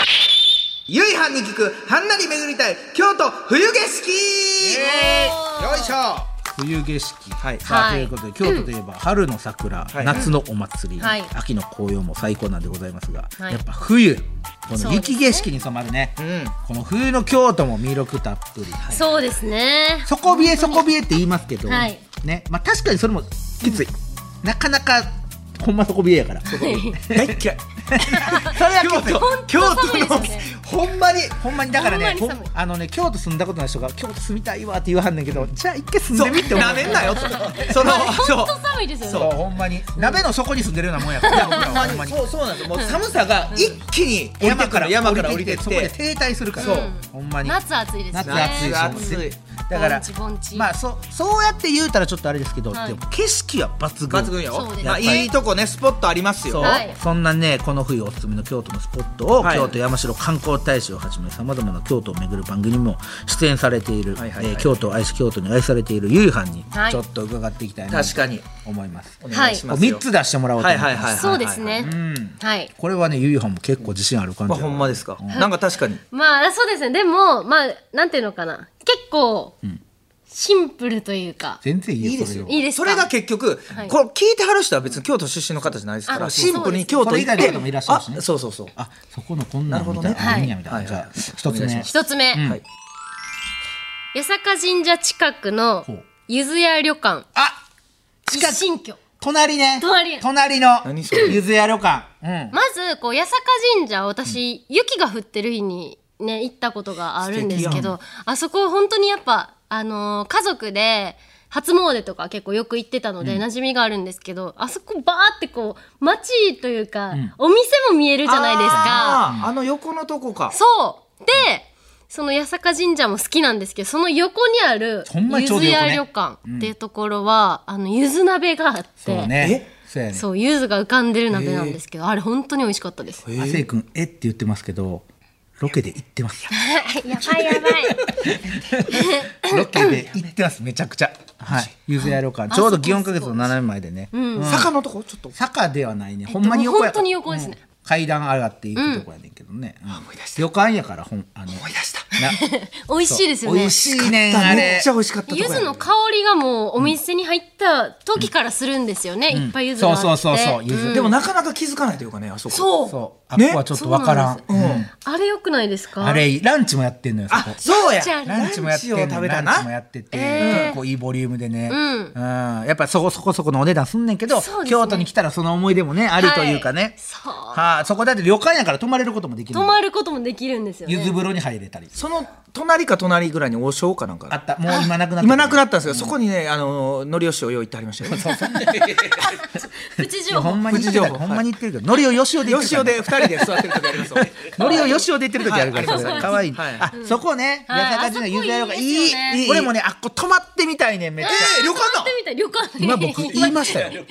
Speaker 3: ゆいはんに聞くはんなり巡りたい京都冬景色、よいしょ
Speaker 2: 冬景色、
Speaker 3: はい
Speaker 2: さあと
Speaker 4: はいいう
Speaker 2: ことで京都といえば春の桜、
Speaker 3: い
Speaker 2: 夏のお祭り、
Speaker 4: はい
Speaker 2: 秋の紅葉も最高なんでございますが、
Speaker 4: はい
Speaker 2: やっぱ冬この
Speaker 4: そうですね
Speaker 2: 雪景色に染まるね
Speaker 3: ん
Speaker 2: この冬の京都も魅力たっぷり、
Speaker 4: ょうそうですね。
Speaker 2: 底冷え底冷えって言いますけど、
Speaker 4: はい
Speaker 2: ねまあ、確かにそれもきつい、なかなかほんま底冷えやから それ
Speaker 3: 大っ嫌い京都京都
Speaker 4: 寒いですよ
Speaker 3: の
Speaker 4: ね
Speaker 3: ほんまに
Speaker 2: ほんまにだからね
Speaker 4: ほんまに寒い
Speaker 2: ほんあのね京都住んだことない人が京都住みたいわって言わはんねんけどじゃあ一回住んでみって思う
Speaker 3: なめんなよ とそのそ
Speaker 4: 本
Speaker 3: う
Speaker 4: 当寒いですよ
Speaker 2: そう
Speaker 4: ね。
Speaker 2: ほんまに鍋の底に住んでるようなもんやから僕らはほんまに
Speaker 3: そうそうなんですよもう寒さが一気に山から山から降りてっ
Speaker 2: そこで
Speaker 3: て
Speaker 2: 停滞するから
Speaker 3: そう
Speaker 2: ほんまに
Speaker 4: 夏暑いですね。
Speaker 2: 夏暑いし
Speaker 3: 暑い
Speaker 2: だから
Speaker 4: 盆地盆地
Speaker 2: まあそそうやって言うたらちょっとあれですけど、
Speaker 4: はい
Speaker 2: でも景色は抜群
Speaker 3: 抜群よ
Speaker 4: そうですね
Speaker 3: まあいいとこねスポットあります
Speaker 2: そう、
Speaker 3: よ
Speaker 4: はい
Speaker 2: そんなねこの冬おすすめの京都のスポットを、
Speaker 3: はい
Speaker 2: 京都山城観光大使をはじめさまざまな京都を巡る番組にも出演されている、
Speaker 3: はいはいはい
Speaker 2: えー京都を愛し京都に愛されているゆいはんに
Speaker 4: はい
Speaker 2: ちょっと伺っていきたいな
Speaker 3: 確
Speaker 2: と
Speaker 3: かに
Speaker 2: 思います、
Speaker 3: お願いします
Speaker 2: 3
Speaker 3: よ
Speaker 2: つ出してもらおうと思います、
Speaker 3: はいはいはい
Speaker 4: そうですね。はい。
Speaker 2: これはねゆいはんも結構自信ある感じ、
Speaker 3: まあほんまですかなんか確かに
Speaker 4: まあそうですね。でもまあなんていうのかな。結構シンプルというか。
Speaker 2: 全然いいよそれよ
Speaker 4: いいです
Speaker 3: そ
Speaker 4: か。
Speaker 3: れが結局
Speaker 4: い
Speaker 3: これ聞いてはる人は別に京都出身の方じゃないですから
Speaker 4: あ
Speaker 3: シンプルに京
Speaker 2: そ
Speaker 3: 都
Speaker 2: れ以
Speaker 3: 行っ
Speaker 2: 外の
Speaker 3: て
Speaker 2: 方もいらっしゃるしね
Speaker 3: あそうそうそう
Speaker 2: あそこのこんなんみたいな
Speaker 3: なるほどね
Speaker 2: あるんやみたいな、
Speaker 3: はい
Speaker 2: じゃあ
Speaker 3: はい
Speaker 2: 一つ
Speaker 3: お願いし
Speaker 2: 目
Speaker 3: ます
Speaker 4: 一つ目。
Speaker 3: はい
Speaker 4: 八坂神社近くの
Speaker 2: ほう
Speaker 4: ゆずや旅館
Speaker 2: あ
Speaker 4: 一
Speaker 2: 近く
Speaker 4: 新居
Speaker 2: 隣ね
Speaker 4: 隣
Speaker 2: の
Speaker 3: 何それ
Speaker 2: ゆずや旅館うん
Speaker 4: まずこう八坂神社私、雪が降ってる日にね行ったことがあるんですけどあそこ本当にやっぱあのー家族で初詣とか結構よく行ってたので、馴染みがあるんですけどあそこバーってこう街というか、お店も見えるじゃないですか。
Speaker 3: あーあの横のとこか
Speaker 4: そうでその八坂神社も好きなんですけどその横にある
Speaker 2: ほんまに
Speaker 4: ゆ
Speaker 2: ちょう
Speaker 4: ず
Speaker 2: ど横ね
Speaker 4: 屋旅館っていうところは、あのゆず鍋があって
Speaker 2: そうね
Speaker 3: え
Speaker 2: そうやね
Speaker 4: そう柚子が浮かんでる鍋なんですけどあれ本当に美味しかったです
Speaker 2: 亜生君えって言ってますけどロケで行ってます
Speaker 4: やばいやばい
Speaker 2: ロケで行ってますめちゃくちゃはいゆずや旅館ちょうど祇園か月の斜め前でね
Speaker 3: 坂のとこちょっと
Speaker 2: 坂ではないねほんまに横やから
Speaker 4: 本当に横ですね
Speaker 2: うん階段上がっていくとこやねんけどねうん旅館やからほんあの思い出した
Speaker 4: 美味しいですよ
Speaker 2: 美
Speaker 4: ね
Speaker 2: 味しいねんあ
Speaker 3: め
Speaker 2: れ
Speaker 3: っちゃ美味しかったとこ
Speaker 4: 柚
Speaker 3: や
Speaker 4: 子の香りがもうお店に入った時からするんですよね、いっぱい柚子が
Speaker 2: そ
Speaker 4: あ
Speaker 2: う
Speaker 4: って
Speaker 2: そうそうそうゆず
Speaker 3: でもなかなか気づかないというかねあそこ
Speaker 4: そう
Speaker 2: そうあっ
Speaker 3: ね
Speaker 2: こはちょっとわからん
Speaker 4: そう
Speaker 2: うん
Speaker 4: あれ良くないですか
Speaker 2: あれランチもやってんのよそこ
Speaker 3: あそうや
Speaker 4: じゃあ
Speaker 2: ランチもやってんね
Speaker 3: ラ
Speaker 2: ん
Speaker 3: ンチを食べたな
Speaker 2: ランチもやってて、結構いいボリュームでね、
Speaker 4: ん
Speaker 2: うんやっぱそこそこそこのお値段すんねんけど、
Speaker 4: そうですね
Speaker 2: 京都に来たらその思い出もねあるというか
Speaker 4: はい
Speaker 2: ね、
Speaker 4: そう
Speaker 2: はあ、そこだって旅館やから泊まれることもできる
Speaker 4: 泊まることもできるんですよね
Speaker 2: ゆず風呂に入れたり
Speaker 3: その隣か隣ぐらいに王将かなんか
Speaker 2: あったもう今なくなった
Speaker 3: 今なくなったんですけど、そこにねあののりよしを用意ってありました よ
Speaker 4: プチ
Speaker 2: い
Speaker 4: 情
Speaker 2: や
Speaker 4: 報
Speaker 2: ほんまに言って
Speaker 3: プ
Speaker 2: た
Speaker 3: チ情報
Speaker 2: ほんまに言ってるけど、のりをよしおで言
Speaker 3: よ
Speaker 2: って
Speaker 3: し
Speaker 2: る
Speaker 3: お
Speaker 2: から
Speaker 3: で二人で座ってる時ありますよ
Speaker 2: のりをよしおで言ってる時あるから
Speaker 3: はい
Speaker 2: そ
Speaker 3: あり
Speaker 2: れ
Speaker 3: ます
Speaker 2: かわいいねあそこね
Speaker 4: はい
Speaker 2: 八坂神社ゆずやろうか
Speaker 4: あ
Speaker 2: い
Speaker 4: そこいいですよね
Speaker 2: いいいい俺もねあっこ泊まってみたいねんめっちゃ
Speaker 3: え旅館
Speaker 4: 泊まってみたい旅館に
Speaker 2: 今僕言いましたよ
Speaker 4: 寝て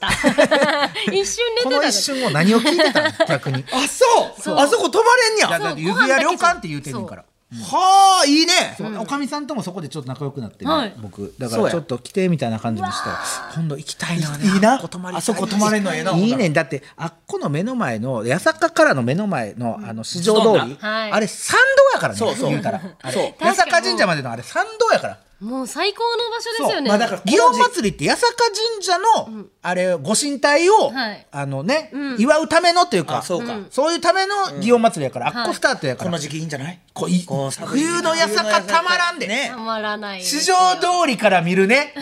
Speaker 4: ました 一瞬寝て
Speaker 2: こ
Speaker 4: た
Speaker 2: の
Speaker 4: から
Speaker 2: 一瞬を何を聞いてたの逆に
Speaker 3: あそう
Speaker 4: そう
Speaker 3: あそこ泊まれんねや
Speaker 2: いや
Speaker 4: そう
Speaker 2: だって
Speaker 4: ご
Speaker 2: ゆ
Speaker 4: 飯
Speaker 2: ず
Speaker 4: だ
Speaker 2: や
Speaker 4: け
Speaker 2: 旅館って言うてんねんから。
Speaker 3: はあいいね
Speaker 2: おかみさんともそこでちょっと仲良くなって
Speaker 4: は
Speaker 2: ね
Speaker 4: い、
Speaker 2: 僕。だか
Speaker 3: そう
Speaker 2: ら
Speaker 3: や
Speaker 2: ちょっと来てみたいな感じにしたら、今度行きたいな。
Speaker 3: いいな
Speaker 2: あっこ泊まりたい
Speaker 3: あそこ泊まれんのええない
Speaker 2: いねん。だって、あっこの目の前の、八坂からの目の前の、あの、市場通り。
Speaker 4: はい
Speaker 2: あれ、参道やからね。
Speaker 3: そうそう
Speaker 2: 言うたら。あれ
Speaker 3: そう
Speaker 2: 八坂神社までのあれ、参道やから。
Speaker 4: もう最高の場所ですよね
Speaker 3: まあだから
Speaker 2: 祇園祭りって八坂神社の、あれ、ご神体を
Speaker 4: はい、
Speaker 2: あのね、祝うためのというか、
Speaker 3: あそうかうん
Speaker 2: そういうための祇園祭りやから、あっこスタートやか
Speaker 3: こ
Speaker 2: ら
Speaker 3: の。時期いいんじゃない
Speaker 2: こうい
Speaker 3: こう寒い
Speaker 2: 冬の八坂たまらんで。
Speaker 3: ね
Speaker 4: たまらないですよ
Speaker 2: 市場通りから見るね、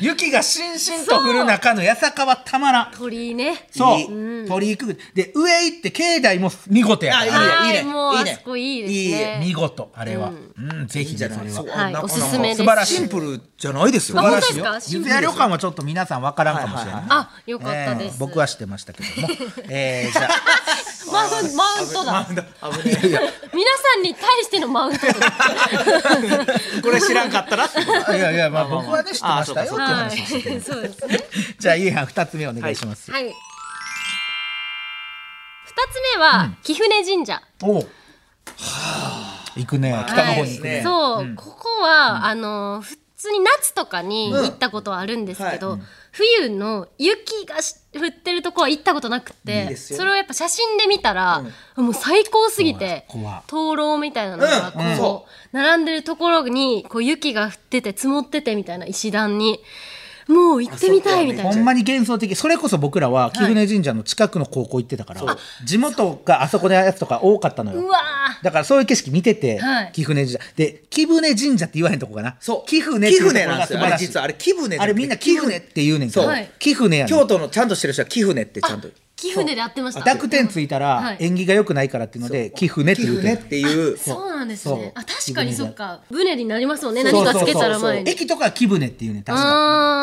Speaker 2: 雪がしんしんと降る中の八坂はたまらん
Speaker 4: 鳥居ね
Speaker 2: そう
Speaker 3: いい
Speaker 2: 鳥居くぐってで上行って境内も見事やから
Speaker 3: あ
Speaker 4: はい
Speaker 3: いねいいね
Speaker 4: もう
Speaker 3: いい
Speaker 4: あ
Speaker 3: ね
Speaker 4: そこいいです
Speaker 2: いい
Speaker 4: ね
Speaker 2: 見事あれは、うんぜひねそれは
Speaker 3: そう
Speaker 4: はい
Speaker 3: あ
Speaker 4: おすすめです
Speaker 2: 素晴らしい
Speaker 3: シンプルじゃないですよ
Speaker 4: あ
Speaker 2: 素晴
Speaker 4: 本
Speaker 2: ら
Speaker 4: 当
Speaker 2: しい
Speaker 4: です
Speaker 2: よ
Speaker 4: かシン
Speaker 2: ゆ
Speaker 4: プ
Speaker 2: ず
Speaker 4: ルです
Speaker 2: や旅館はちょっと皆さんわからんかもしれない、
Speaker 4: あよかったです
Speaker 2: えー僕は知ってましたけども、えー、じゃあ
Speaker 4: マウンマウントだ
Speaker 3: 危ね
Speaker 4: 皆さんに対してのマウントだ
Speaker 3: えこれ知らんかったら
Speaker 2: いやいやまあ僕はね知ってましたよっていう
Speaker 4: は
Speaker 2: 話
Speaker 4: いそうですね
Speaker 2: じゃあいいはん二つ目お願いします、
Speaker 4: はい二つ目は貴船神社
Speaker 2: おうはあ行くね北の方に行くね、
Speaker 4: はい、そう、ここは、あの普通に夏とかに行ったことはあるんですけど、冬の雪がし降ってるとこは行ったことなくて
Speaker 3: ですよね
Speaker 4: それをやっぱ写真で見たら、もう最高すぎて
Speaker 2: ここは
Speaker 4: 灯籠みたいなのがこう、並んでるところにこう雪が降ってて積もっててみたいな石段にもう行ってみたいみたいな、
Speaker 2: ほんまに幻想的それこそ僕らは貴船神社の近くの高校行ってたから、地元があそこでやつとか多かったの
Speaker 4: う
Speaker 2: よ
Speaker 4: わ
Speaker 2: だからそういう景色見てて、
Speaker 4: はい
Speaker 2: 貴船神社で貴船神社って言わへんとこかな貴船
Speaker 3: 貴船なんですよあれ実
Speaker 2: 実
Speaker 3: は
Speaker 2: は
Speaker 3: あれ貴船
Speaker 2: あれみんな貴船って言うねんけど
Speaker 3: そう
Speaker 2: 貴船やねん
Speaker 3: 京都のちゃんとしてる人は貴船ってちゃんと
Speaker 4: 貴船でやってました
Speaker 2: 濁点ついた
Speaker 4: は
Speaker 2: ら
Speaker 4: い
Speaker 2: 縁起が良くないからっていうので貴船って
Speaker 3: 貴
Speaker 2: 言うて
Speaker 3: 船っ
Speaker 2: ん
Speaker 3: ていう
Speaker 4: そうなんです
Speaker 2: そう
Speaker 4: ねあ確かにそっか船になりますもんね
Speaker 2: そう
Speaker 4: 何かつけたら
Speaker 2: そう
Speaker 4: 前
Speaker 2: そう
Speaker 4: に
Speaker 2: そう駅とかは貴船っていうねん確
Speaker 4: あ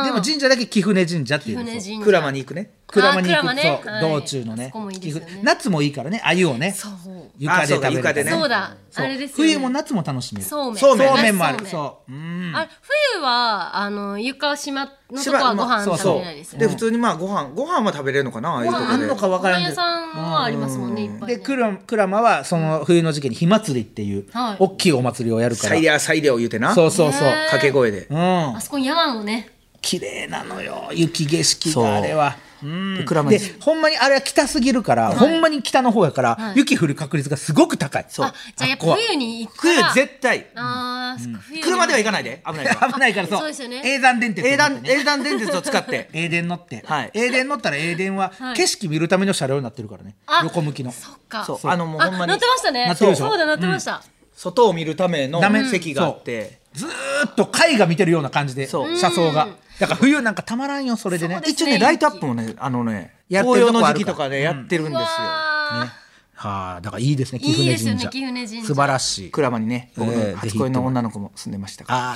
Speaker 2: か
Speaker 4: ー
Speaker 2: でも神社だけ貴船神社っていうね
Speaker 4: 船神社
Speaker 3: 鞍馬に行くね
Speaker 2: 鞍馬に行
Speaker 4: あー鞍馬
Speaker 2: く、
Speaker 4: ね
Speaker 2: そう、
Speaker 4: はい
Speaker 2: 道中の
Speaker 4: あ
Speaker 2: ね
Speaker 4: そこもいいですよね
Speaker 2: 貴船夏もいいからね鮎をね
Speaker 4: そう
Speaker 2: 床で食べ
Speaker 3: あそうか床で
Speaker 2: る
Speaker 3: ね
Speaker 4: そうだ、あれですよ、ね。
Speaker 2: 冬も夏も楽しめる
Speaker 4: そうめん。
Speaker 3: そうめん
Speaker 2: もある
Speaker 4: 夏
Speaker 2: そううん
Speaker 4: あ冬はあの床島のとこ
Speaker 3: ま
Speaker 4: は
Speaker 3: あ
Speaker 4: ご飯
Speaker 3: そう
Speaker 4: 食べ
Speaker 3: そ
Speaker 4: れないです
Speaker 3: う
Speaker 4: よ
Speaker 3: で
Speaker 4: ね。
Speaker 3: 普通にまあご飯ご飯は食べれるのかなああいうとこ
Speaker 2: あんのかわ
Speaker 4: ご
Speaker 2: からんけ
Speaker 4: 飯屋
Speaker 2: ど
Speaker 4: さんはありますもんね、いっぱいね、
Speaker 2: でクラクラマはその冬の時期に火祭りっていう
Speaker 4: はい
Speaker 2: 大きいお祭りをやるから
Speaker 3: 最良最良言うてな
Speaker 2: そう
Speaker 3: 掛
Speaker 2: そうそう
Speaker 4: ね
Speaker 3: け声で
Speaker 2: うん
Speaker 4: あそこに山もね、
Speaker 2: 綺麗なのよ雪景色
Speaker 3: そう
Speaker 2: があれは
Speaker 3: で鞍馬に
Speaker 2: でほんまにあれは北すぎるからほんまに北の方やから
Speaker 4: い
Speaker 2: 雪降る確率がすごく高いそう
Speaker 4: あじゃあやっ
Speaker 2: あ
Speaker 4: ぱ
Speaker 2: っこは
Speaker 4: 冬に行く
Speaker 3: 冬
Speaker 4: から。
Speaker 3: 絶対
Speaker 4: あーそっか冬に
Speaker 3: 車では行かないで危ない から
Speaker 2: 危ないから
Speaker 4: そ
Speaker 2: そうう
Speaker 4: ですよね
Speaker 2: 永山電鉄
Speaker 3: 英
Speaker 2: 乗って
Speaker 3: 断
Speaker 2: ね
Speaker 3: 英断電鉄を使って
Speaker 2: 英電乗って
Speaker 3: はい
Speaker 2: 英電乗ったら英電は景色見るための車両になってるからね
Speaker 4: あ
Speaker 2: 横向きの
Speaker 4: そっか。
Speaker 3: そうあのもうほんまに
Speaker 4: あ乗ってましたね。
Speaker 2: なってるでしょ
Speaker 4: そうだ乗ってました。
Speaker 3: 外を見るための
Speaker 2: ダメ
Speaker 3: 席があって
Speaker 2: ずーっと絵画見てるような感じで車
Speaker 3: そう
Speaker 2: 窓がだから冬なんかたまらんよそれでね
Speaker 4: そうです
Speaker 3: 一応ねライトアップもねあのね紅葉の時期とかでやってるんですよ
Speaker 4: あ
Speaker 2: はあだからいいですね貴
Speaker 4: いい
Speaker 2: 船
Speaker 4: ですよ
Speaker 2: 神
Speaker 4: ね
Speaker 2: 社
Speaker 4: 貴船神社
Speaker 2: 素晴らしい
Speaker 3: 鞍馬にね僕
Speaker 2: え
Speaker 3: の
Speaker 2: え
Speaker 3: 初恋の女の子も住んでましたから
Speaker 2: あ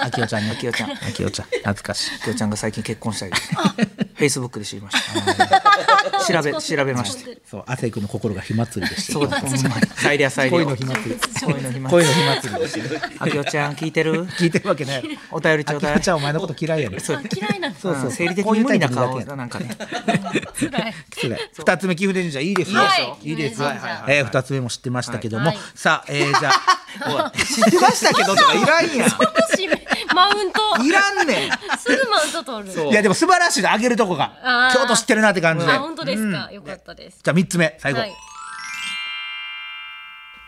Speaker 2: ああきおちゃんに。あ
Speaker 3: きおちゃん
Speaker 2: あきおちゃん。懐かしい。
Speaker 3: きょうちゃんが最近結婚したりフェイスブックで知りました 調べ調べました
Speaker 2: そう、亜生君の心が火祭りでした。
Speaker 3: そうだほんまにサイリアサイリア
Speaker 2: 恋の火祭り。
Speaker 3: 恋の暇
Speaker 2: 恋の火祭りでした。
Speaker 3: あきおちゃん聞いてる
Speaker 2: 聞いてるわけないやろ。
Speaker 3: お便りち
Speaker 2: あ
Speaker 3: ょう
Speaker 2: き
Speaker 3: だ
Speaker 2: お
Speaker 3: い
Speaker 2: ちゃんお前のこと嫌いやね
Speaker 3: そう
Speaker 8: 嫌いなんです
Speaker 3: そうそう生理的
Speaker 2: こうい
Speaker 3: に
Speaker 2: う
Speaker 3: 無
Speaker 2: タイ
Speaker 3: 理
Speaker 2: プ
Speaker 3: な
Speaker 2: 苦手や
Speaker 3: 顔なんかね
Speaker 8: 辛い
Speaker 2: 失礼二つ目、貴船神社いいですよ
Speaker 4: はい。
Speaker 2: いいです
Speaker 4: は
Speaker 2: よ
Speaker 4: いはいは。
Speaker 2: えー、二つ目も知ってましたけども
Speaker 4: はい。
Speaker 2: さあ、えー、じゃあ、
Speaker 3: おい知ってましたけどとかいらんやん
Speaker 4: 私マウント
Speaker 3: いらんねん
Speaker 4: すぐマウント取る
Speaker 3: そう
Speaker 2: いやでも素晴らしいの、あげるとこが
Speaker 4: あ。ー
Speaker 2: 京都知ってるなって感じで。
Speaker 4: あ本当ですか、よかったです
Speaker 2: じゃあ三つ目、最後
Speaker 4: は。い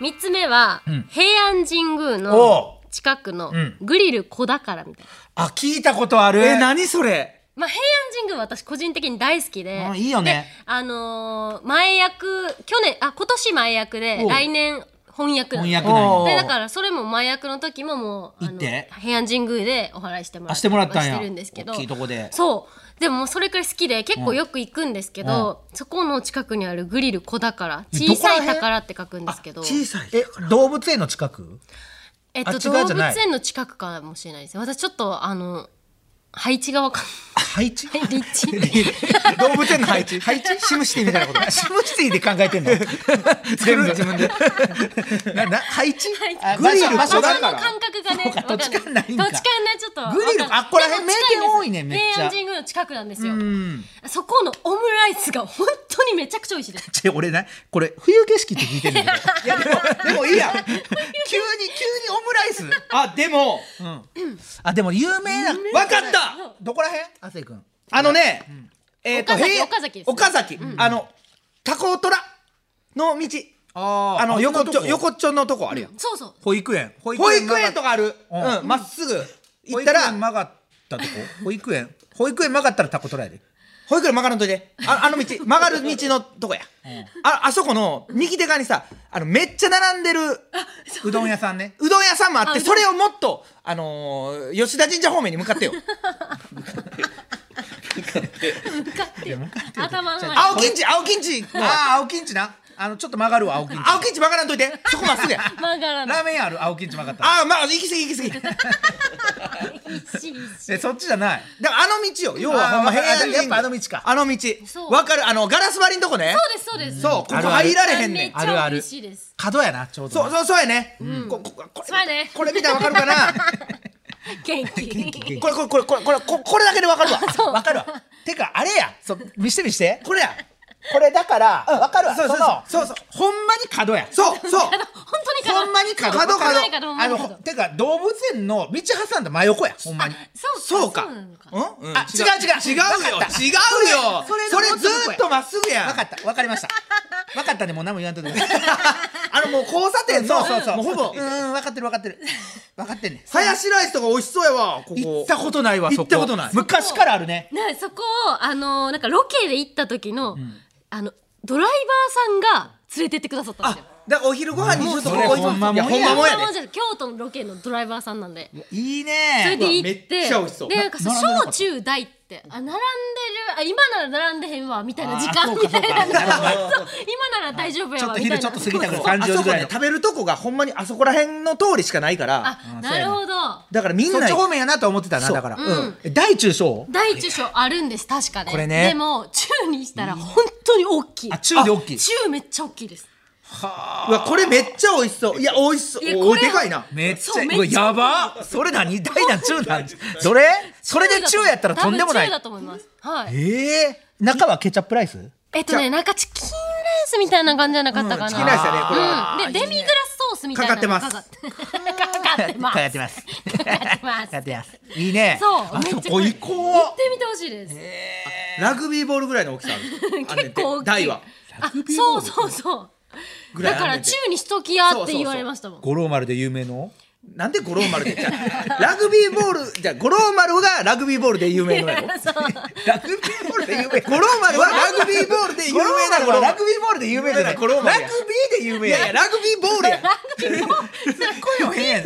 Speaker 4: 三つ目は、平安神宮
Speaker 2: お
Speaker 4: の近くのグリル小宝みたいな、
Speaker 2: あ、聞いたことある。
Speaker 3: え何それ
Speaker 4: まあ、平安神宮は私個人的に大好きで、
Speaker 2: うんいいよね
Speaker 4: であのー前役去年あ今年前役で来年翻訳なん
Speaker 2: 翻訳
Speaker 4: で
Speaker 2: なんや
Speaker 3: おう
Speaker 4: でだからそれも前役の時ももうあ
Speaker 2: 行っ
Speaker 4: の
Speaker 2: て
Speaker 4: 平安神宮でお祓いしてもら
Speaker 2: あしてもらったんや
Speaker 4: してるんですけど
Speaker 2: 大きいとこで
Speaker 4: そうでももうそれくらい好きで結構よく行くんですけど、そこの近くにあるグリル小宝小さい宝って書くんですけど
Speaker 3: 小さい
Speaker 2: え、動物園の近く
Speaker 4: えっ
Speaker 2: あ
Speaker 4: と
Speaker 2: 違う
Speaker 4: 動
Speaker 2: じゃ
Speaker 4: 物
Speaker 2: ない
Speaker 4: 園の近くかもしれないです私ちょっとあの配置がわかん
Speaker 2: 配置
Speaker 4: ない 立地
Speaker 3: 動物園の配置配置シムシティみたいなこと
Speaker 2: シムシティで考えてんの全部自分で。な、な、配置あグリル、
Speaker 4: 場所の
Speaker 2: 小
Speaker 4: 感
Speaker 2: 宝
Speaker 4: 覚がね
Speaker 2: そうか
Speaker 4: わん
Speaker 2: 土地勘ないんか
Speaker 4: 土地勘ねちょっとわかん
Speaker 2: グリルあここら辺
Speaker 4: でも近いんで
Speaker 2: 名店多いね
Speaker 4: す
Speaker 2: めっちゃ
Speaker 4: 平安神宮の近くなんですよそこのオムライスが本当にめちゃくちゃ美味しいです
Speaker 2: ちょ俺な、これ、冬景色って聞いてるんだけど。
Speaker 3: いやでもでもいいやん
Speaker 2: 急に、急にオムライス
Speaker 3: あでも
Speaker 2: あ、でも有名な、
Speaker 3: わかった
Speaker 2: どこら辺亜生君。
Speaker 3: あのね、えっ、と
Speaker 4: 岡崎
Speaker 3: 平
Speaker 4: 岡崎です
Speaker 3: 岡崎、あの高虎の道
Speaker 2: あ
Speaker 3: あの横っ
Speaker 2: の
Speaker 3: ちょ横っちょのとこあるやん、
Speaker 4: そうそう
Speaker 2: 保育園。保
Speaker 3: 保育園と
Speaker 2: か。
Speaker 3: かある
Speaker 2: う
Speaker 3: うんんま、っすぐ
Speaker 2: 行
Speaker 3: 行
Speaker 2: っ
Speaker 3: った
Speaker 2: ら。
Speaker 3: たら
Speaker 2: 保育園曲がったとこ保育園。保育園曲がったらタコ取られる。
Speaker 3: 保育園曲がらんといてああの道曲がる道のとこや、ああそこの右手側にさあのめっちゃ並んでる
Speaker 2: うどん屋さんね。
Speaker 3: うどん屋さんもあっ
Speaker 4: あう
Speaker 3: て
Speaker 4: どん
Speaker 3: それをもっとあのー吉田神社方面に向か ってよ
Speaker 4: 向かってよ頭の前
Speaker 3: 青金地青金地の
Speaker 2: ああ、青金地な。あの、ちょっと曲がるわ、青金地。
Speaker 3: 青金地曲がらんといてそこまっすぐ や
Speaker 4: 曲がら
Speaker 2: ラ
Speaker 4: ない
Speaker 2: ーメン屋ある、青金地曲がったら。
Speaker 3: ああまあ行き過ぎ行き過ぎ
Speaker 4: 一緒
Speaker 2: え、 そっちじゃない。
Speaker 3: だからあの道よ要はほんま
Speaker 2: あー
Speaker 3: 平安神宮
Speaker 2: やっぱあの道か
Speaker 3: あの
Speaker 4: そ
Speaker 3: 道
Speaker 4: う
Speaker 3: わかるあのガラス張りのとこね
Speaker 4: そうですそうです
Speaker 3: そうここ入られへんねん
Speaker 4: あるあるめっちゃ美味しいです
Speaker 2: 角やな、ちょうど。
Speaker 3: そうそうそうやね、こここ
Speaker 4: そうやね
Speaker 3: れこれ見たらわかるかな
Speaker 4: 元気
Speaker 3: これこれこれこれこれここれだけでわかる わ
Speaker 4: そう
Speaker 2: わかるわ。てか、あれや。そう、見して見して。
Speaker 3: これや
Speaker 2: これだから、わかるわ。
Speaker 3: そうそうそう
Speaker 2: そのほんまに角や。
Speaker 3: そう そう
Speaker 4: 本当に角
Speaker 2: ほんまに角。
Speaker 3: 角角
Speaker 4: 角ほんま
Speaker 2: あ
Speaker 4: に
Speaker 2: の、
Speaker 4: 角
Speaker 2: ほてか、動物園の道挟んだ真横や。ほんまに。
Speaker 4: そう
Speaker 3: そうか
Speaker 4: なのか
Speaker 3: うん、うん、
Speaker 2: あ違う違う
Speaker 3: 違うよ
Speaker 2: わかった
Speaker 3: 違うよ
Speaker 2: そ
Speaker 3: そ
Speaker 2: れ
Speaker 3: れ
Speaker 2: それ
Speaker 3: ずーっとまっすぐやん
Speaker 2: わかった。わかりました。わかったね。もう何も言わんと で。
Speaker 3: あのもう交差点の
Speaker 2: そうそうそう。
Speaker 3: もうほぼ
Speaker 2: うん、わかってるわかってる。わかってんね。
Speaker 3: 林ライスとか美味しそうやわここ
Speaker 2: 行ったことないわ、そこ。
Speaker 3: 行ったことない
Speaker 2: 昔からあるね。
Speaker 4: ねそこをあのなんかロケで行った時の、あのドライバーさんが連れてってくださったんですよ
Speaker 3: だからお昼ご飯にちょっとここ行き
Speaker 2: もうそれほんまもん
Speaker 3: いやほんまもんや
Speaker 4: そんなも
Speaker 3: ね
Speaker 4: んじゃない京都のロケのドライバーさんなんで
Speaker 2: いい
Speaker 4: そ
Speaker 2: ね。
Speaker 4: れで行
Speaker 3: め
Speaker 4: っ
Speaker 3: ってちゃ美味しそう
Speaker 4: でなんかそう
Speaker 2: な並んでなかっ
Speaker 4: 小
Speaker 2: た
Speaker 4: 中大ってあ並んでるあ今なら並んでへんわみたいな時間
Speaker 2: あー
Speaker 4: みたいな
Speaker 2: そうかそうか
Speaker 4: そう今なら大丈夫
Speaker 2: ちょ
Speaker 4: や
Speaker 2: っ
Speaker 4: わ
Speaker 2: と
Speaker 4: みた
Speaker 2: 昼
Speaker 4: いな
Speaker 2: ちょっと過ぎたから
Speaker 3: あ
Speaker 2: 30
Speaker 3: そ
Speaker 2: 時ぐ
Speaker 3: こ
Speaker 2: らい
Speaker 3: ね
Speaker 2: の。
Speaker 3: 食べるとこがほんまにあそこら辺の通りしかないから
Speaker 4: あなるほど
Speaker 3: だからみん
Speaker 2: そっ
Speaker 3: な
Speaker 2: ち方面やなと思ってたな、だから。うん。大中小
Speaker 4: 大中小あるんです確かね
Speaker 3: これね
Speaker 4: でも中にしたら本当に大きい
Speaker 2: あ、中で大きい。
Speaker 4: 中めっちゃ大きいです
Speaker 3: うわこれめっちゃ美味しそういや美味しそう
Speaker 4: いや
Speaker 3: おい
Speaker 4: これ
Speaker 3: でかいな
Speaker 2: めっち
Speaker 4: そ
Speaker 2: ゃ
Speaker 4: うめっちゃ
Speaker 2: うわやばそれ何大なん中なんどれそれで中やったらとんでもな
Speaker 4: 多分中だ
Speaker 2: い
Speaker 4: と思いますはい
Speaker 2: ええ中はケチャップライス
Speaker 4: えっとね、なんかチキンライスみたいな感じじゃなかったかな。
Speaker 3: チキンライスだねこれ
Speaker 4: うんで、デミグラスソースみたいなのが
Speaker 3: かかっ
Speaker 4: かかってます。
Speaker 2: やってます
Speaker 4: かかってます。
Speaker 2: やってますいいね
Speaker 4: そう、
Speaker 2: あ
Speaker 4: めっちゃ
Speaker 2: そ
Speaker 4: か
Speaker 2: こ行
Speaker 4: 行
Speaker 2: こ
Speaker 4: ってみてほしいです。
Speaker 3: ラグビーボールぐらいの大きさ ある
Speaker 4: 結構大きい。
Speaker 3: 台は
Speaker 4: あ、そうそうそう。
Speaker 3: ぐらい
Speaker 4: だ
Speaker 3: あんねんて
Speaker 4: から中にしときやって言われましたも。
Speaker 2: うん五郎丸で有名の
Speaker 3: なんで五郎丸でじゃあ ラグビーボールじゃあ五郎丸がラグビーボールで有名 なの
Speaker 4: そう
Speaker 2: ラグビーボールで有名
Speaker 3: 五郎丸はラグビーボールで有
Speaker 2: 五郎
Speaker 3: 名な
Speaker 2: 丸
Speaker 3: の
Speaker 2: はラグビーボールで有名じゃない
Speaker 3: 五郎
Speaker 2: ラ
Speaker 3: 丸
Speaker 2: グ
Speaker 3: や
Speaker 2: ビーで有名
Speaker 3: いやいやラグビーボー ルや
Speaker 2: 声も変やね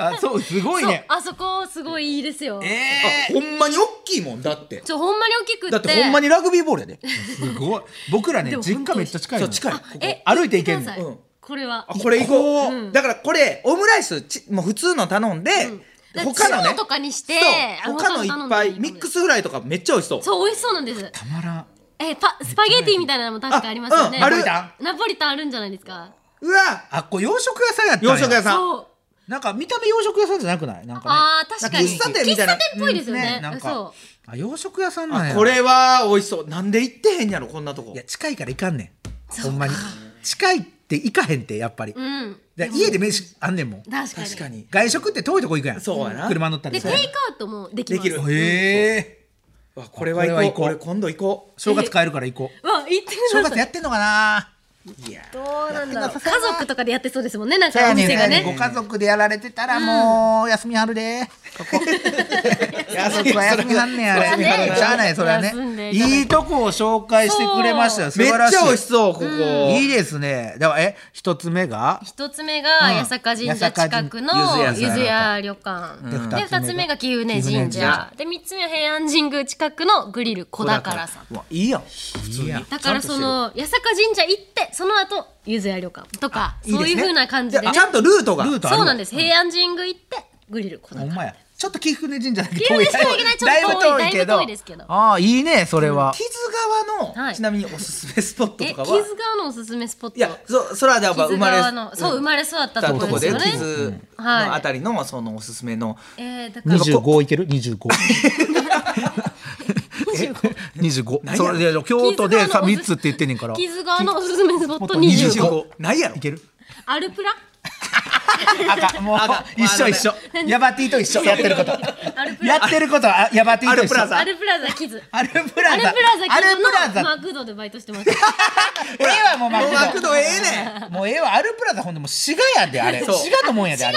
Speaker 2: あそうすごい
Speaker 4: そう
Speaker 2: ね
Speaker 4: あそこすごいいいですよ。
Speaker 3: あほんまに大きいもんだって
Speaker 4: ちょ、ほんまに大きくって。
Speaker 3: だってほんまにラグビーボールやです
Speaker 2: ごい僕らね
Speaker 4: でも
Speaker 2: 実家めっちゃ近いの
Speaker 3: そう近いここ
Speaker 4: え、
Speaker 2: 歩いて行けんの
Speaker 4: 見てください
Speaker 3: うん
Speaker 4: ここれは
Speaker 3: あこれいこう、
Speaker 4: うん
Speaker 3: だからこれオムライスちもう普通の頼んで、
Speaker 4: だから
Speaker 3: 他の
Speaker 4: チ
Speaker 3: ね
Speaker 4: ロとかにして
Speaker 3: そう他のいっぱいミック
Speaker 4: ス
Speaker 3: スフライとかめっちゃ美味しそう
Speaker 4: そう美味しそうなんです
Speaker 3: たまらん
Speaker 4: えパスパゲティみたいなのも確かありますよね
Speaker 3: あうんある
Speaker 4: ナポリタンあるんじゃないですか
Speaker 3: うわ
Speaker 2: あっこ洋食屋さんやったんや
Speaker 3: 洋食屋さん
Speaker 4: そう
Speaker 2: なんか見た目洋食屋さんじゃなくないなんかね
Speaker 4: あー確か
Speaker 2: なん雰囲
Speaker 3: 喫
Speaker 4: に
Speaker 3: 茶店みたいな
Speaker 4: 喫茶店っぽいですよ
Speaker 2: 気
Speaker 4: ね,、
Speaker 2: なん
Speaker 4: そ
Speaker 2: かあ洋食屋さんなんや
Speaker 3: これは美味しそうなんで行ってへんやろこんなとこ
Speaker 2: いや近いから行かんねんほんまに近いって行かへんってやっぱり、
Speaker 4: ううん
Speaker 2: で家で飯あんねんもん
Speaker 4: 確かに
Speaker 3: 確かに
Speaker 2: 外食って遠いとこ行くやん
Speaker 3: そうやな
Speaker 2: 車乗った
Speaker 4: で
Speaker 2: り
Speaker 4: テ
Speaker 2: さ
Speaker 4: イクアウトもできます
Speaker 3: できる
Speaker 2: へえ
Speaker 3: わこれは行
Speaker 2: これは行
Speaker 3: こう
Speaker 2: こう
Speaker 3: 俺今度行こう
Speaker 2: 正月帰るから行こう
Speaker 4: うわ行って
Speaker 2: 正
Speaker 4: くだ
Speaker 2: 月
Speaker 4: さ
Speaker 2: や
Speaker 4: い
Speaker 2: ってんのかない
Speaker 3: や
Speaker 4: どうなんだろう家族とかでやってそうですもんねなん
Speaker 2: そう
Speaker 4: か
Speaker 2: や
Speaker 4: お
Speaker 2: ねん
Speaker 4: 店がね
Speaker 2: ご家族でやられてたらもう休みはるで 家族は休みはんねんあれ
Speaker 4: そうやね
Speaker 2: しゃあないそれは
Speaker 4: 休ん
Speaker 2: ね
Speaker 4: でいただいて
Speaker 2: いいとこを紹介してくれましたよ素
Speaker 3: めっち
Speaker 2: 晴
Speaker 3: ゃ
Speaker 2: らしい
Speaker 3: 美味しそうここ、
Speaker 2: いいですねだからえ一つ目が
Speaker 4: 一つ目が
Speaker 2: うん
Speaker 4: 八坂神社近くの
Speaker 2: 八坂神
Speaker 4: ゆ
Speaker 2: 社
Speaker 4: ずや旅館
Speaker 2: んで
Speaker 4: で二つ目が貴船
Speaker 2: 貴
Speaker 4: 神
Speaker 2: 船
Speaker 4: 社で三つ目は平安神宮近くのグリル小宝さん
Speaker 2: うわいいやん普通に
Speaker 4: だからその八坂神社行ってその後ゆずや旅館とか
Speaker 2: いい
Speaker 4: そ
Speaker 2: で
Speaker 4: う
Speaker 2: す
Speaker 4: い
Speaker 2: ね
Speaker 4: う風な感じでね
Speaker 3: あちゃんとルートが
Speaker 2: ルートある
Speaker 4: そうなんです平安神宮行ってグリル小
Speaker 2: ほん
Speaker 4: 宝
Speaker 2: まやちょっと貴船神社だけ
Speaker 4: 貴
Speaker 2: 遠
Speaker 4: 船
Speaker 2: い
Speaker 4: 神社だけねちょっと遠いだいぶ遠いですけど
Speaker 2: ああいいねそれは
Speaker 3: 木津川の、
Speaker 4: はい
Speaker 3: ちなみにおすすめスポットと
Speaker 4: え木
Speaker 3: か
Speaker 4: 津
Speaker 3: は
Speaker 4: 川のおすすめスポット
Speaker 3: いやそそれはやっぱ生
Speaker 4: 木津
Speaker 3: まれ
Speaker 4: 川のそう生まれ育ったと
Speaker 3: と
Speaker 4: こ
Speaker 3: こ
Speaker 4: ろ
Speaker 3: で
Speaker 4: で
Speaker 3: す
Speaker 4: よ
Speaker 3: 木
Speaker 4: ね
Speaker 3: 津
Speaker 4: はい
Speaker 3: のあたりのそのおすすめの、
Speaker 4: えーだから
Speaker 2: 25いける25 25それで京都でさ
Speaker 4: 木
Speaker 2: 3つ
Speaker 4: 津川のおす
Speaker 2: って言ってんねんから
Speaker 4: 木津川のおすすめスポット
Speaker 2: 25
Speaker 4: 25
Speaker 3: ないやろ
Speaker 2: いける
Speaker 4: アルプラ
Speaker 2: 赤もう一緒一緒ヤバティと一緒やってること
Speaker 4: アルプ
Speaker 2: や
Speaker 4: ラ
Speaker 2: ってることはあヤバティと一緒
Speaker 3: アルプラザ
Speaker 4: アルプラザキズ
Speaker 2: アルプラ
Speaker 4: ア
Speaker 2: ザ
Speaker 4: ルプラザ
Speaker 2: アルプラ
Speaker 4: キズ
Speaker 2: ザ
Speaker 4: のマクドでバイトしてました
Speaker 2: ええわもうマ
Speaker 3: もうマ
Speaker 2: ク
Speaker 3: ク
Speaker 2: ド
Speaker 3: ドええねん
Speaker 2: もうええわアルプラザほんでもう滋賀やであれ
Speaker 3: そう
Speaker 2: 滋賀のもんやであれ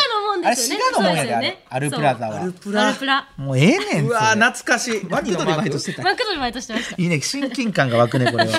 Speaker 4: 滋賀のもんですよね
Speaker 2: あれ滋賀のもんやであ
Speaker 4: そうです
Speaker 2: れアルプラザは
Speaker 3: アルプ
Speaker 4: よね
Speaker 3: ラ
Speaker 4: アルプラ
Speaker 2: もうええねん
Speaker 3: うわ
Speaker 2: それ
Speaker 3: ー懐かしいワニのマーク
Speaker 4: マクドでバイトしてました
Speaker 2: いいね親近感が湧くねこれは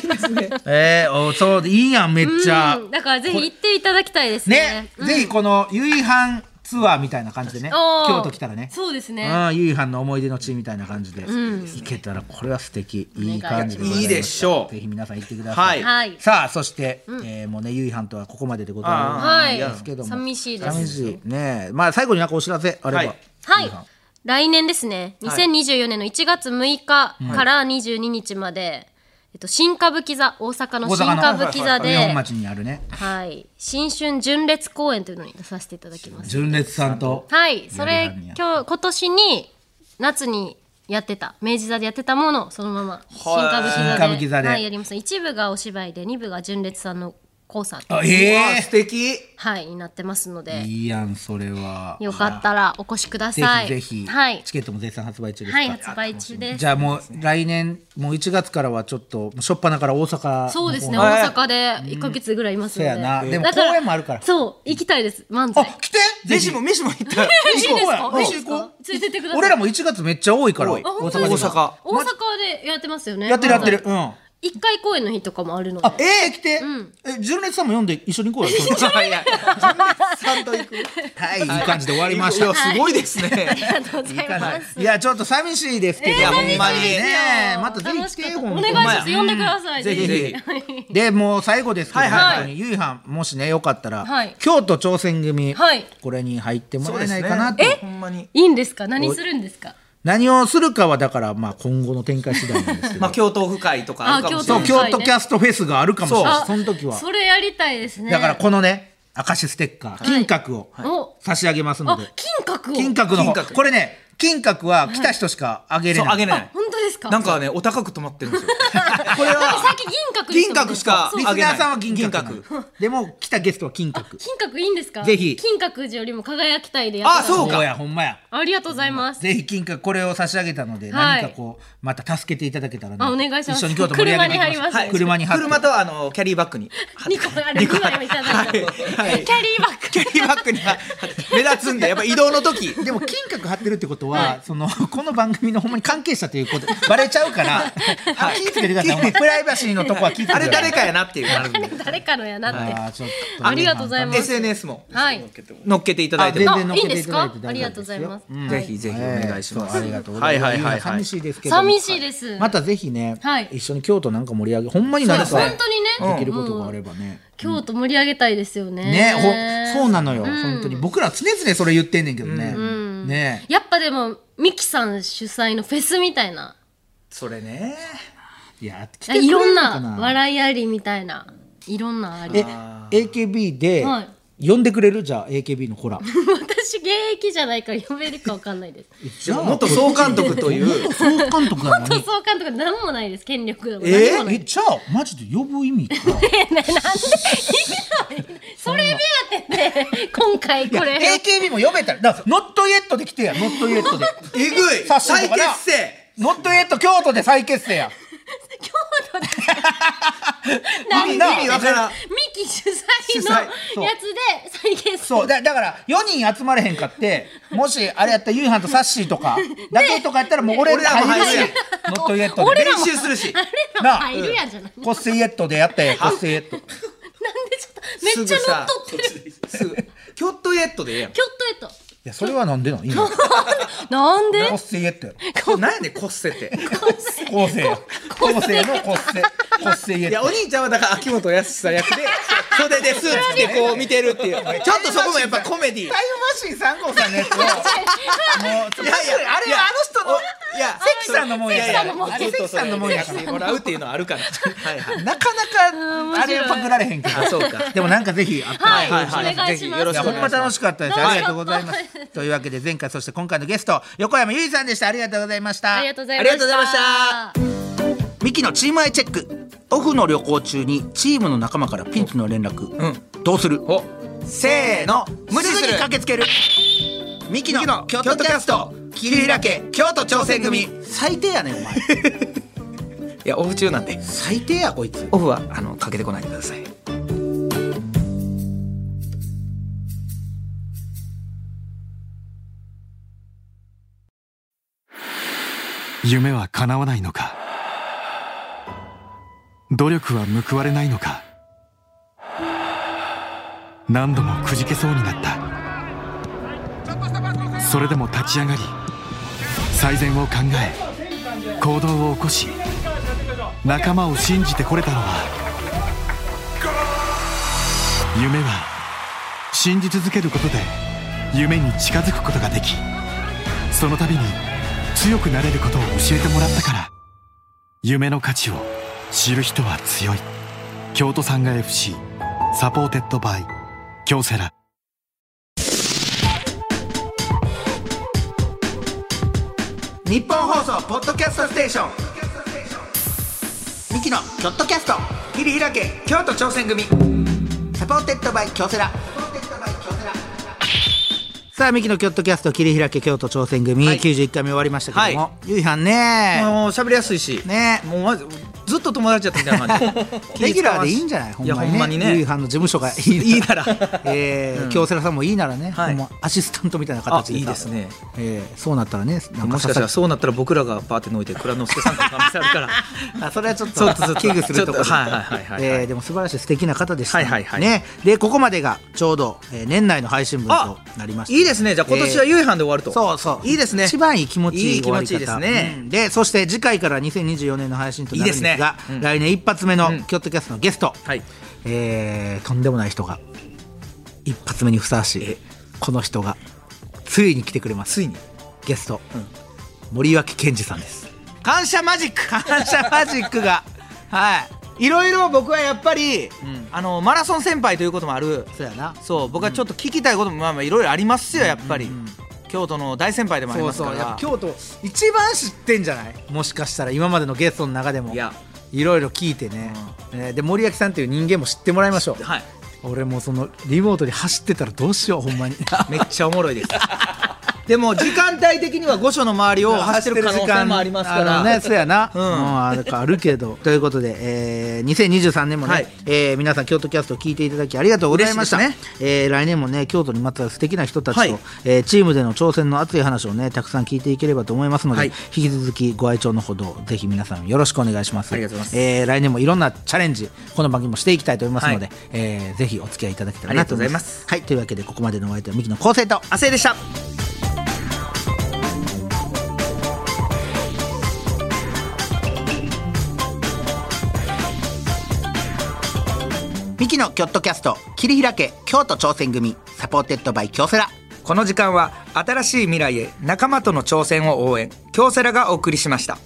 Speaker 2: えー、おそういいやんめっちゃ
Speaker 4: うんだからぜひ行っていただきたいです
Speaker 2: ね
Speaker 4: ね、
Speaker 2: ぜひこの夕飯ツアーみたいな感じでね
Speaker 4: おー
Speaker 2: 京都来たらね
Speaker 4: そうですね
Speaker 2: うん夕飯の思い出の地みたいな感じで行けたらこれは素敵いい感じでございます
Speaker 3: いいでしょう
Speaker 2: ぜひ皆さん行ってください、
Speaker 3: はい
Speaker 4: はい
Speaker 2: さあそして、えーもうね夕飯とはここまででございます
Speaker 4: はい
Speaker 2: ですけども
Speaker 4: 寂しいです
Speaker 2: 寂しいねまあ最後になんかお知らせあれば、
Speaker 3: はい
Speaker 4: はい来年ですね2024年の1月6日から22日まで、えっと、新歌舞伎座大阪の
Speaker 2: 大
Speaker 4: 新
Speaker 2: 阪の
Speaker 4: 歌舞伎座
Speaker 2: 日本
Speaker 4: で、
Speaker 2: 町にあるね
Speaker 4: はい、新春純烈公演というのに出させていただきます
Speaker 2: 純烈さんと
Speaker 4: はいそ
Speaker 2: や
Speaker 4: れ
Speaker 2: るんや
Speaker 4: 今日今年に夏にやってた明治座でやってたものをそのまま新歌舞伎座で
Speaker 2: 新歌舞伎座で
Speaker 4: はい、やります一部がお芝居で二部が純烈さんのコンサート、
Speaker 2: あ
Speaker 3: うわー
Speaker 2: え
Speaker 3: 素敵
Speaker 4: はい、になってますの
Speaker 2: え
Speaker 4: で
Speaker 2: いいやんそれは
Speaker 4: よかったらお越しくだ
Speaker 2: ぜ
Speaker 4: さい。
Speaker 2: ひぜひ、
Speaker 4: はい。
Speaker 2: チケットも絶賛発売中ですか
Speaker 4: は
Speaker 2: ら、
Speaker 4: い、発売中です。
Speaker 2: じゃあもう来年もう1月からはちょっともう初っ端から大阪
Speaker 4: そうですね、
Speaker 2: の方に
Speaker 4: 大阪で1ヶ月ぐらいいますので。
Speaker 2: そうやなでも
Speaker 4: だら
Speaker 2: 公演もあるから
Speaker 4: そう、行きたいです、漫才。
Speaker 2: あ来てぜ
Speaker 3: 飯
Speaker 2: ひ
Speaker 3: も飯も行ったら
Speaker 4: いいですか
Speaker 2: うん
Speaker 4: いいですか連れてってください。
Speaker 2: 俺らも1月めっちゃ多いから
Speaker 3: 多い
Speaker 4: あ本
Speaker 2: 大
Speaker 4: 当で
Speaker 2: 阪です
Speaker 3: 大
Speaker 4: か大阪でやってますよね。
Speaker 2: やってるやってる
Speaker 4: 漫才。
Speaker 2: うんあ
Speaker 4: 一回公演の日とかもあるので。
Speaker 2: えー、来て、え純烈さんも読んで一緒に行 こうよ
Speaker 3: いやちゃんと行く
Speaker 2: はいいい感じで終わりまし
Speaker 3: い
Speaker 2: た
Speaker 3: やすごいですね
Speaker 4: ありがとうございます。
Speaker 2: いやちょっと寂しいですけど、
Speaker 3: えー寂しいですよ
Speaker 2: ねまたぜひ来てよ
Speaker 4: お
Speaker 2: ほんと
Speaker 4: 願いします。呼んでください。
Speaker 2: ぜひぜ
Speaker 4: はい
Speaker 2: ひ。で、もう最後ですけど、
Speaker 3: はいはい
Speaker 2: 本当にゆいはん、もしね、よかったら、
Speaker 4: はい
Speaker 2: 京都挑戦組、
Speaker 4: はい
Speaker 2: これに入ってもらえないかなと。
Speaker 3: ほんまに
Speaker 4: いいんですか何するんですか
Speaker 2: 何をするかは、だから、まあ、今後の展開次第なんですけど。
Speaker 3: まあ京都府会とかあるかもしれ
Speaker 2: そ
Speaker 3: な
Speaker 2: う、
Speaker 3: い
Speaker 4: あ
Speaker 2: 京都キャストフェスがあるかもしれない。
Speaker 3: そ
Speaker 2: その時は。
Speaker 4: それやりたいですね。
Speaker 2: だから、このね、明石ステッカー、金閣を
Speaker 4: いお
Speaker 2: 差し上げますの
Speaker 4: あ
Speaker 2: で、、
Speaker 4: 金閣を。
Speaker 2: 金閣の
Speaker 3: 金閣
Speaker 2: 方、これね、金閣は来た人しかあげれ
Speaker 3: そう
Speaker 2: な
Speaker 3: あ
Speaker 2: い。
Speaker 3: げれない
Speaker 4: 本当ですか
Speaker 3: なんかねお高く止まってるんですよこれ
Speaker 4: だってさっ
Speaker 3: は
Speaker 4: き銀
Speaker 3: 銀
Speaker 4: 閣
Speaker 3: 閣しか
Speaker 4: そう
Speaker 2: リ
Speaker 4: そう
Speaker 2: スナーさんは金閣なの。
Speaker 3: あげない
Speaker 2: でも、来たゲストは金閣。
Speaker 4: 金閣いいんですか
Speaker 2: ぜひ
Speaker 4: 金閣寺よりも輝きたいでやって
Speaker 3: あ
Speaker 4: た
Speaker 3: そう
Speaker 2: ほ
Speaker 3: か
Speaker 2: や、ほんまや。
Speaker 4: ありがとうございます
Speaker 2: ぜひ金貨これを差し上げたので、
Speaker 4: はい
Speaker 2: 何かこうまた助けていただけたらね
Speaker 4: あお願いします
Speaker 2: 一緒に京都盛り上げていきましょう
Speaker 4: はい
Speaker 2: 車に入って
Speaker 3: 車とあのキャリーバッグに
Speaker 4: 二個あれ2枚もいた だいたキャリー
Speaker 3: はい
Speaker 4: バッグ
Speaker 3: キャリーバッグには目立つんだやっぱ移動の時
Speaker 2: でも金閣張ってるって ことは、そのこの番組のほんまに関係者ということバレちゃうから、あ金つけてくださいほん プライバシーのとこは聞いて
Speaker 3: あれ誰
Speaker 2: か
Speaker 3: かやなっていうなるんで
Speaker 4: 誰かのやなって。
Speaker 2: あーちょっと
Speaker 4: ありがとうございます
Speaker 3: SNS も
Speaker 4: はい。
Speaker 3: 乗っけていただいて
Speaker 2: 全
Speaker 3: も
Speaker 2: 然
Speaker 4: あ
Speaker 2: 乗っ
Speaker 4: い
Speaker 2: け
Speaker 4: いん
Speaker 2: て
Speaker 4: で
Speaker 2: い
Speaker 4: す
Speaker 2: ただい
Speaker 4: か
Speaker 2: て大丈夫ですよ
Speaker 4: ありがとうございます。
Speaker 2: うん
Speaker 4: は
Speaker 3: ぜ
Speaker 4: い
Speaker 3: ひぜひお願いしま
Speaker 2: え
Speaker 3: す、
Speaker 2: ーそうありがとうございます。
Speaker 3: はいはいはいはい
Speaker 2: 寂しいですけど。
Speaker 4: 寂しいです。
Speaker 2: またぜひね、
Speaker 4: はい
Speaker 2: 一緒に京都なんか盛り上げ、ほんまに
Speaker 4: そう
Speaker 2: 何か
Speaker 4: 本
Speaker 2: で
Speaker 4: 当にね。
Speaker 2: きることがあ
Speaker 4: もう
Speaker 2: ればね。
Speaker 4: 京都盛り上げたいですよね。
Speaker 2: ね、ほそうなのよ、
Speaker 4: ん
Speaker 2: 本当に僕ら常々それ言ってんねんけどね。
Speaker 4: ん
Speaker 2: ね、
Speaker 4: やっぱでもミキさん主催のフェスみたいな、
Speaker 3: それね
Speaker 2: いや来てくれ
Speaker 4: いろ
Speaker 2: る
Speaker 4: ん
Speaker 2: のか
Speaker 4: な笑いありみたいな、いろんなあり。
Speaker 2: え AKB で
Speaker 4: はい
Speaker 2: 呼んでくれるじゃあ AKB の子ら。
Speaker 4: 私現役じゃないから呼べるかわかんないで す。
Speaker 2: じゃあ
Speaker 3: 元総監督という
Speaker 2: 総監督なの
Speaker 4: 塗
Speaker 2: に。
Speaker 4: 装監督なんもないです。権力でも何もな
Speaker 2: え
Speaker 4: い。
Speaker 2: えじゃあマジで呼ぶ意味 か
Speaker 4: それ目当てで 今回これ。
Speaker 2: AKB も呼べたらだからノットイエットで来てやノットイエッ トで
Speaker 3: えぐい
Speaker 2: さすが
Speaker 3: 再
Speaker 2: だな
Speaker 3: 結成
Speaker 2: ノットイエット京都で再結成や
Speaker 4: 京都で
Speaker 2: な
Speaker 3: 意味わからん
Speaker 4: ミキ主
Speaker 2: 主
Speaker 4: 催
Speaker 2: 催そう
Speaker 4: のやつで再結
Speaker 2: そうだ
Speaker 4: 成
Speaker 2: だから4人集まれへんかってもしあれやったらゆいはんとサッシーと かだけとかやったらもう俺ら入るし
Speaker 3: 俺らも入る
Speaker 2: ノットイエットで
Speaker 4: 俺
Speaker 3: 練
Speaker 4: らも
Speaker 3: 習するし
Speaker 4: あれら入るやんじゃない、
Speaker 2: コッセイエットでやったよコッセイエット
Speaker 4: なんでちょっとめっちゃ乗っ取ってる
Speaker 3: すぐキョットエットでええやん
Speaker 4: キョットエ
Speaker 2: いやそれはなんでなんいいのコ
Speaker 4: ットなんで
Speaker 2: ッセイエットやろ
Speaker 3: これ何やねんこっせって
Speaker 2: コッセイ やコッセイのコッセイコッセイエッ
Speaker 3: いや
Speaker 2: ト
Speaker 3: お兄ちゃんはだから秋元康さん役で袖でスーツ着てこう見てるっていうちょっとそこもやっぱコメディい
Speaker 2: タイムマシーン3号さんのやつをもうちょっと
Speaker 3: やいや
Speaker 2: あれはあの人の
Speaker 3: いや
Speaker 2: 関さんのもんや
Speaker 4: 関さんのもん
Speaker 2: あれ関さんのもんやから
Speaker 3: もらうっていうのはあるからはいはい
Speaker 2: なかなかあれはパクられへんけ
Speaker 3: あ
Speaker 2: ど
Speaker 3: そうか
Speaker 2: でもなんかぜひあったら
Speaker 4: はい、
Speaker 3: はいはい
Speaker 4: お願いし
Speaker 3: ぜ
Speaker 4: ま
Speaker 3: ひよろ
Speaker 4: す
Speaker 2: いや
Speaker 3: しくお
Speaker 2: ほんま
Speaker 3: 願いし
Speaker 2: 楽しかったです。
Speaker 4: はい
Speaker 2: ありがとうございます。というわけで前回そして今回のゲスト横山由依さんでした。ありがとうございました。
Speaker 4: ありがとうござい
Speaker 3: あ
Speaker 4: ま
Speaker 3: り
Speaker 4: し
Speaker 3: がとうございました
Speaker 2: ミキのチームアイチェック。オフの旅行中にチームの仲間からピンチの連絡。
Speaker 3: うん
Speaker 2: どうする？
Speaker 3: おせーの無視
Speaker 2: す
Speaker 3: す
Speaker 2: ぐに
Speaker 3: る
Speaker 2: 駆けつける。ミキ
Speaker 3: ミキの
Speaker 2: の
Speaker 3: 京
Speaker 2: 京
Speaker 3: 都
Speaker 2: 都
Speaker 3: キ
Speaker 2: キ
Speaker 3: ャ
Speaker 2: ャ
Speaker 3: ス
Speaker 2: ス
Speaker 3: ト
Speaker 2: ト
Speaker 3: 桐平家京都挑戦組い
Speaker 2: 最低やねんお 前。
Speaker 3: やオフ中なんで
Speaker 2: 最低やこいつ。
Speaker 3: オフはあのかけてこないでください
Speaker 8: 夢は叶わないのか努力は報われないのか何度もくじけそうになったそれでも立ち上がり最善を考え行動を起こし仲間を信じてこれたのは夢は信じ続けることで夢に近づくことができその度に強くなれることを教えてもらったから夢の価値を知る人は強い京都産が FC サポーテッドバイ京セラ
Speaker 2: 日本放送ポッドキャストステーション。ミキの京都キャスト桐平家京都挑戦組。サポーテッドバイ京セラ。さあ、ミキの京都キャスト、桐平家京都挑戦組、
Speaker 3: はい
Speaker 2: 91回目終わりましたけども、
Speaker 3: は
Speaker 2: ゆいはんね、
Speaker 3: もう喋りやすいし
Speaker 2: ね、
Speaker 3: もうまずずっと友達やったみたいな 感じ
Speaker 2: レギュラーでいいんじゃないほんまにね。
Speaker 3: やほんまに
Speaker 2: ゆい
Speaker 3: ね
Speaker 2: はんの事務所 がいいなら、
Speaker 3: いいなら
Speaker 2: えー京セラさんもいいならね、
Speaker 3: はい
Speaker 2: ほんまアシスタントみたいな
Speaker 3: あ
Speaker 2: 形で
Speaker 3: いい
Speaker 2: さ
Speaker 3: ですね
Speaker 2: えーそうなったらね、なん
Speaker 3: も
Speaker 2: か
Speaker 3: しかしたらそうなったら僕らがバーってのいて蔵之介さんとか見せある から
Speaker 2: あそれはちょっ
Speaker 3: ち
Speaker 2: と
Speaker 3: ょっとちょっと
Speaker 2: 危惧するところ
Speaker 3: ちょっとはいはいはいはい
Speaker 2: えーでも素晴らしい素敵な方でした、
Speaker 3: はいはいはい
Speaker 2: ね、でここまでがちょうど、えー年内の配信分となりました
Speaker 3: いいですねじゃあ今年は
Speaker 2: えー
Speaker 3: 夕飯で終わると、
Speaker 2: そうそう
Speaker 3: いいですね
Speaker 2: 一番いい気持ちいい
Speaker 3: いい気持ちいい
Speaker 2: 終わり方
Speaker 3: ですね
Speaker 2: うんでそして次回から2024年の配信となるんですが
Speaker 3: いいですねうん
Speaker 2: 来年一発目
Speaker 3: う
Speaker 2: の
Speaker 3: ん
Speaker 2: 京都キャストのゲスト、
Speaker 3: はい
Speaker 2: えーとんでもない人が一発目にふさわしいこの人がついに来てくれます
Speaker 3: ついに
Speaker 2: ゲスト、森脇健児さんです
Speaker 3: 感謝マジック
Speaker 2: 感謝マジックが
Speaker 3: はいいろいろ僕はやっぱり、あのマラソン先輩ということもある
Speaker 2: そうやな
Speaker 3: そう僕はちょっと聞きたいこともまあまあいろいろありますよやっぱり、京都の大先輩でもあり
Speaker 2: そうそ
Speaker 3: ますか
Speaker 2: う
Speaker 3: ら
Speaker 2: やっぱ京都一番知ってんじゃないもしかしたら今までのゲストの中でも
Speaker 3: いや
Speaker 2: いろいろ聞いてね、えーで森脇さんという人間も知ってもらいましょう
Speaker 3: はい
Speaker 2: 俺もうそのリモートで走ってたらどうしようほんまに
Speaker 3: めっちゃおもろいです
Speaker 2: で
Speaker 3: でも時間帯的には御所の周りを走ってる可能性もありますから
Speaker 2: あのね、そうやな、
Speaker 3: う
Speaker 2: うんん、あるかあるけど。 ということで、えー、2023年もね、
Speaker 3: はい
Speaker 2: えー皆さん京都キャスト聞いていただきありがとうございました。
Speaker 3: 嬉しい
Speaker 2: えー来年もね、京都にまつわる素敵な人たちと、
Speaker 3: はい
Speaker 2: えーチームでの挑戦の熱い話をね、たくさん聞いていければと思いますので、
Speaker 3: はい
Speaker 2: 引き続きご愛聴のほど、ぜひ皆さんよろしくお願いします。
Speaker 3: ありがとうございます
Speaker 2: えー来年もいろんなチャレンジ、この番組もしていきたいと思いますので、
Speaker 3: は
Speaker 2: えーぜひお付き合いいただけたらなと思います。はい、というわけで、ここまでのお相手は、ミキの構成と、
Speaker 3: 亜生でした
Speaker 2: ミキのキョットキャスト切り開け京都挑戦組サポーテッドバイ京セラ
Speaker 3: この時間は新しい未来へ仲間との挑戦を応援京セラがお送りしました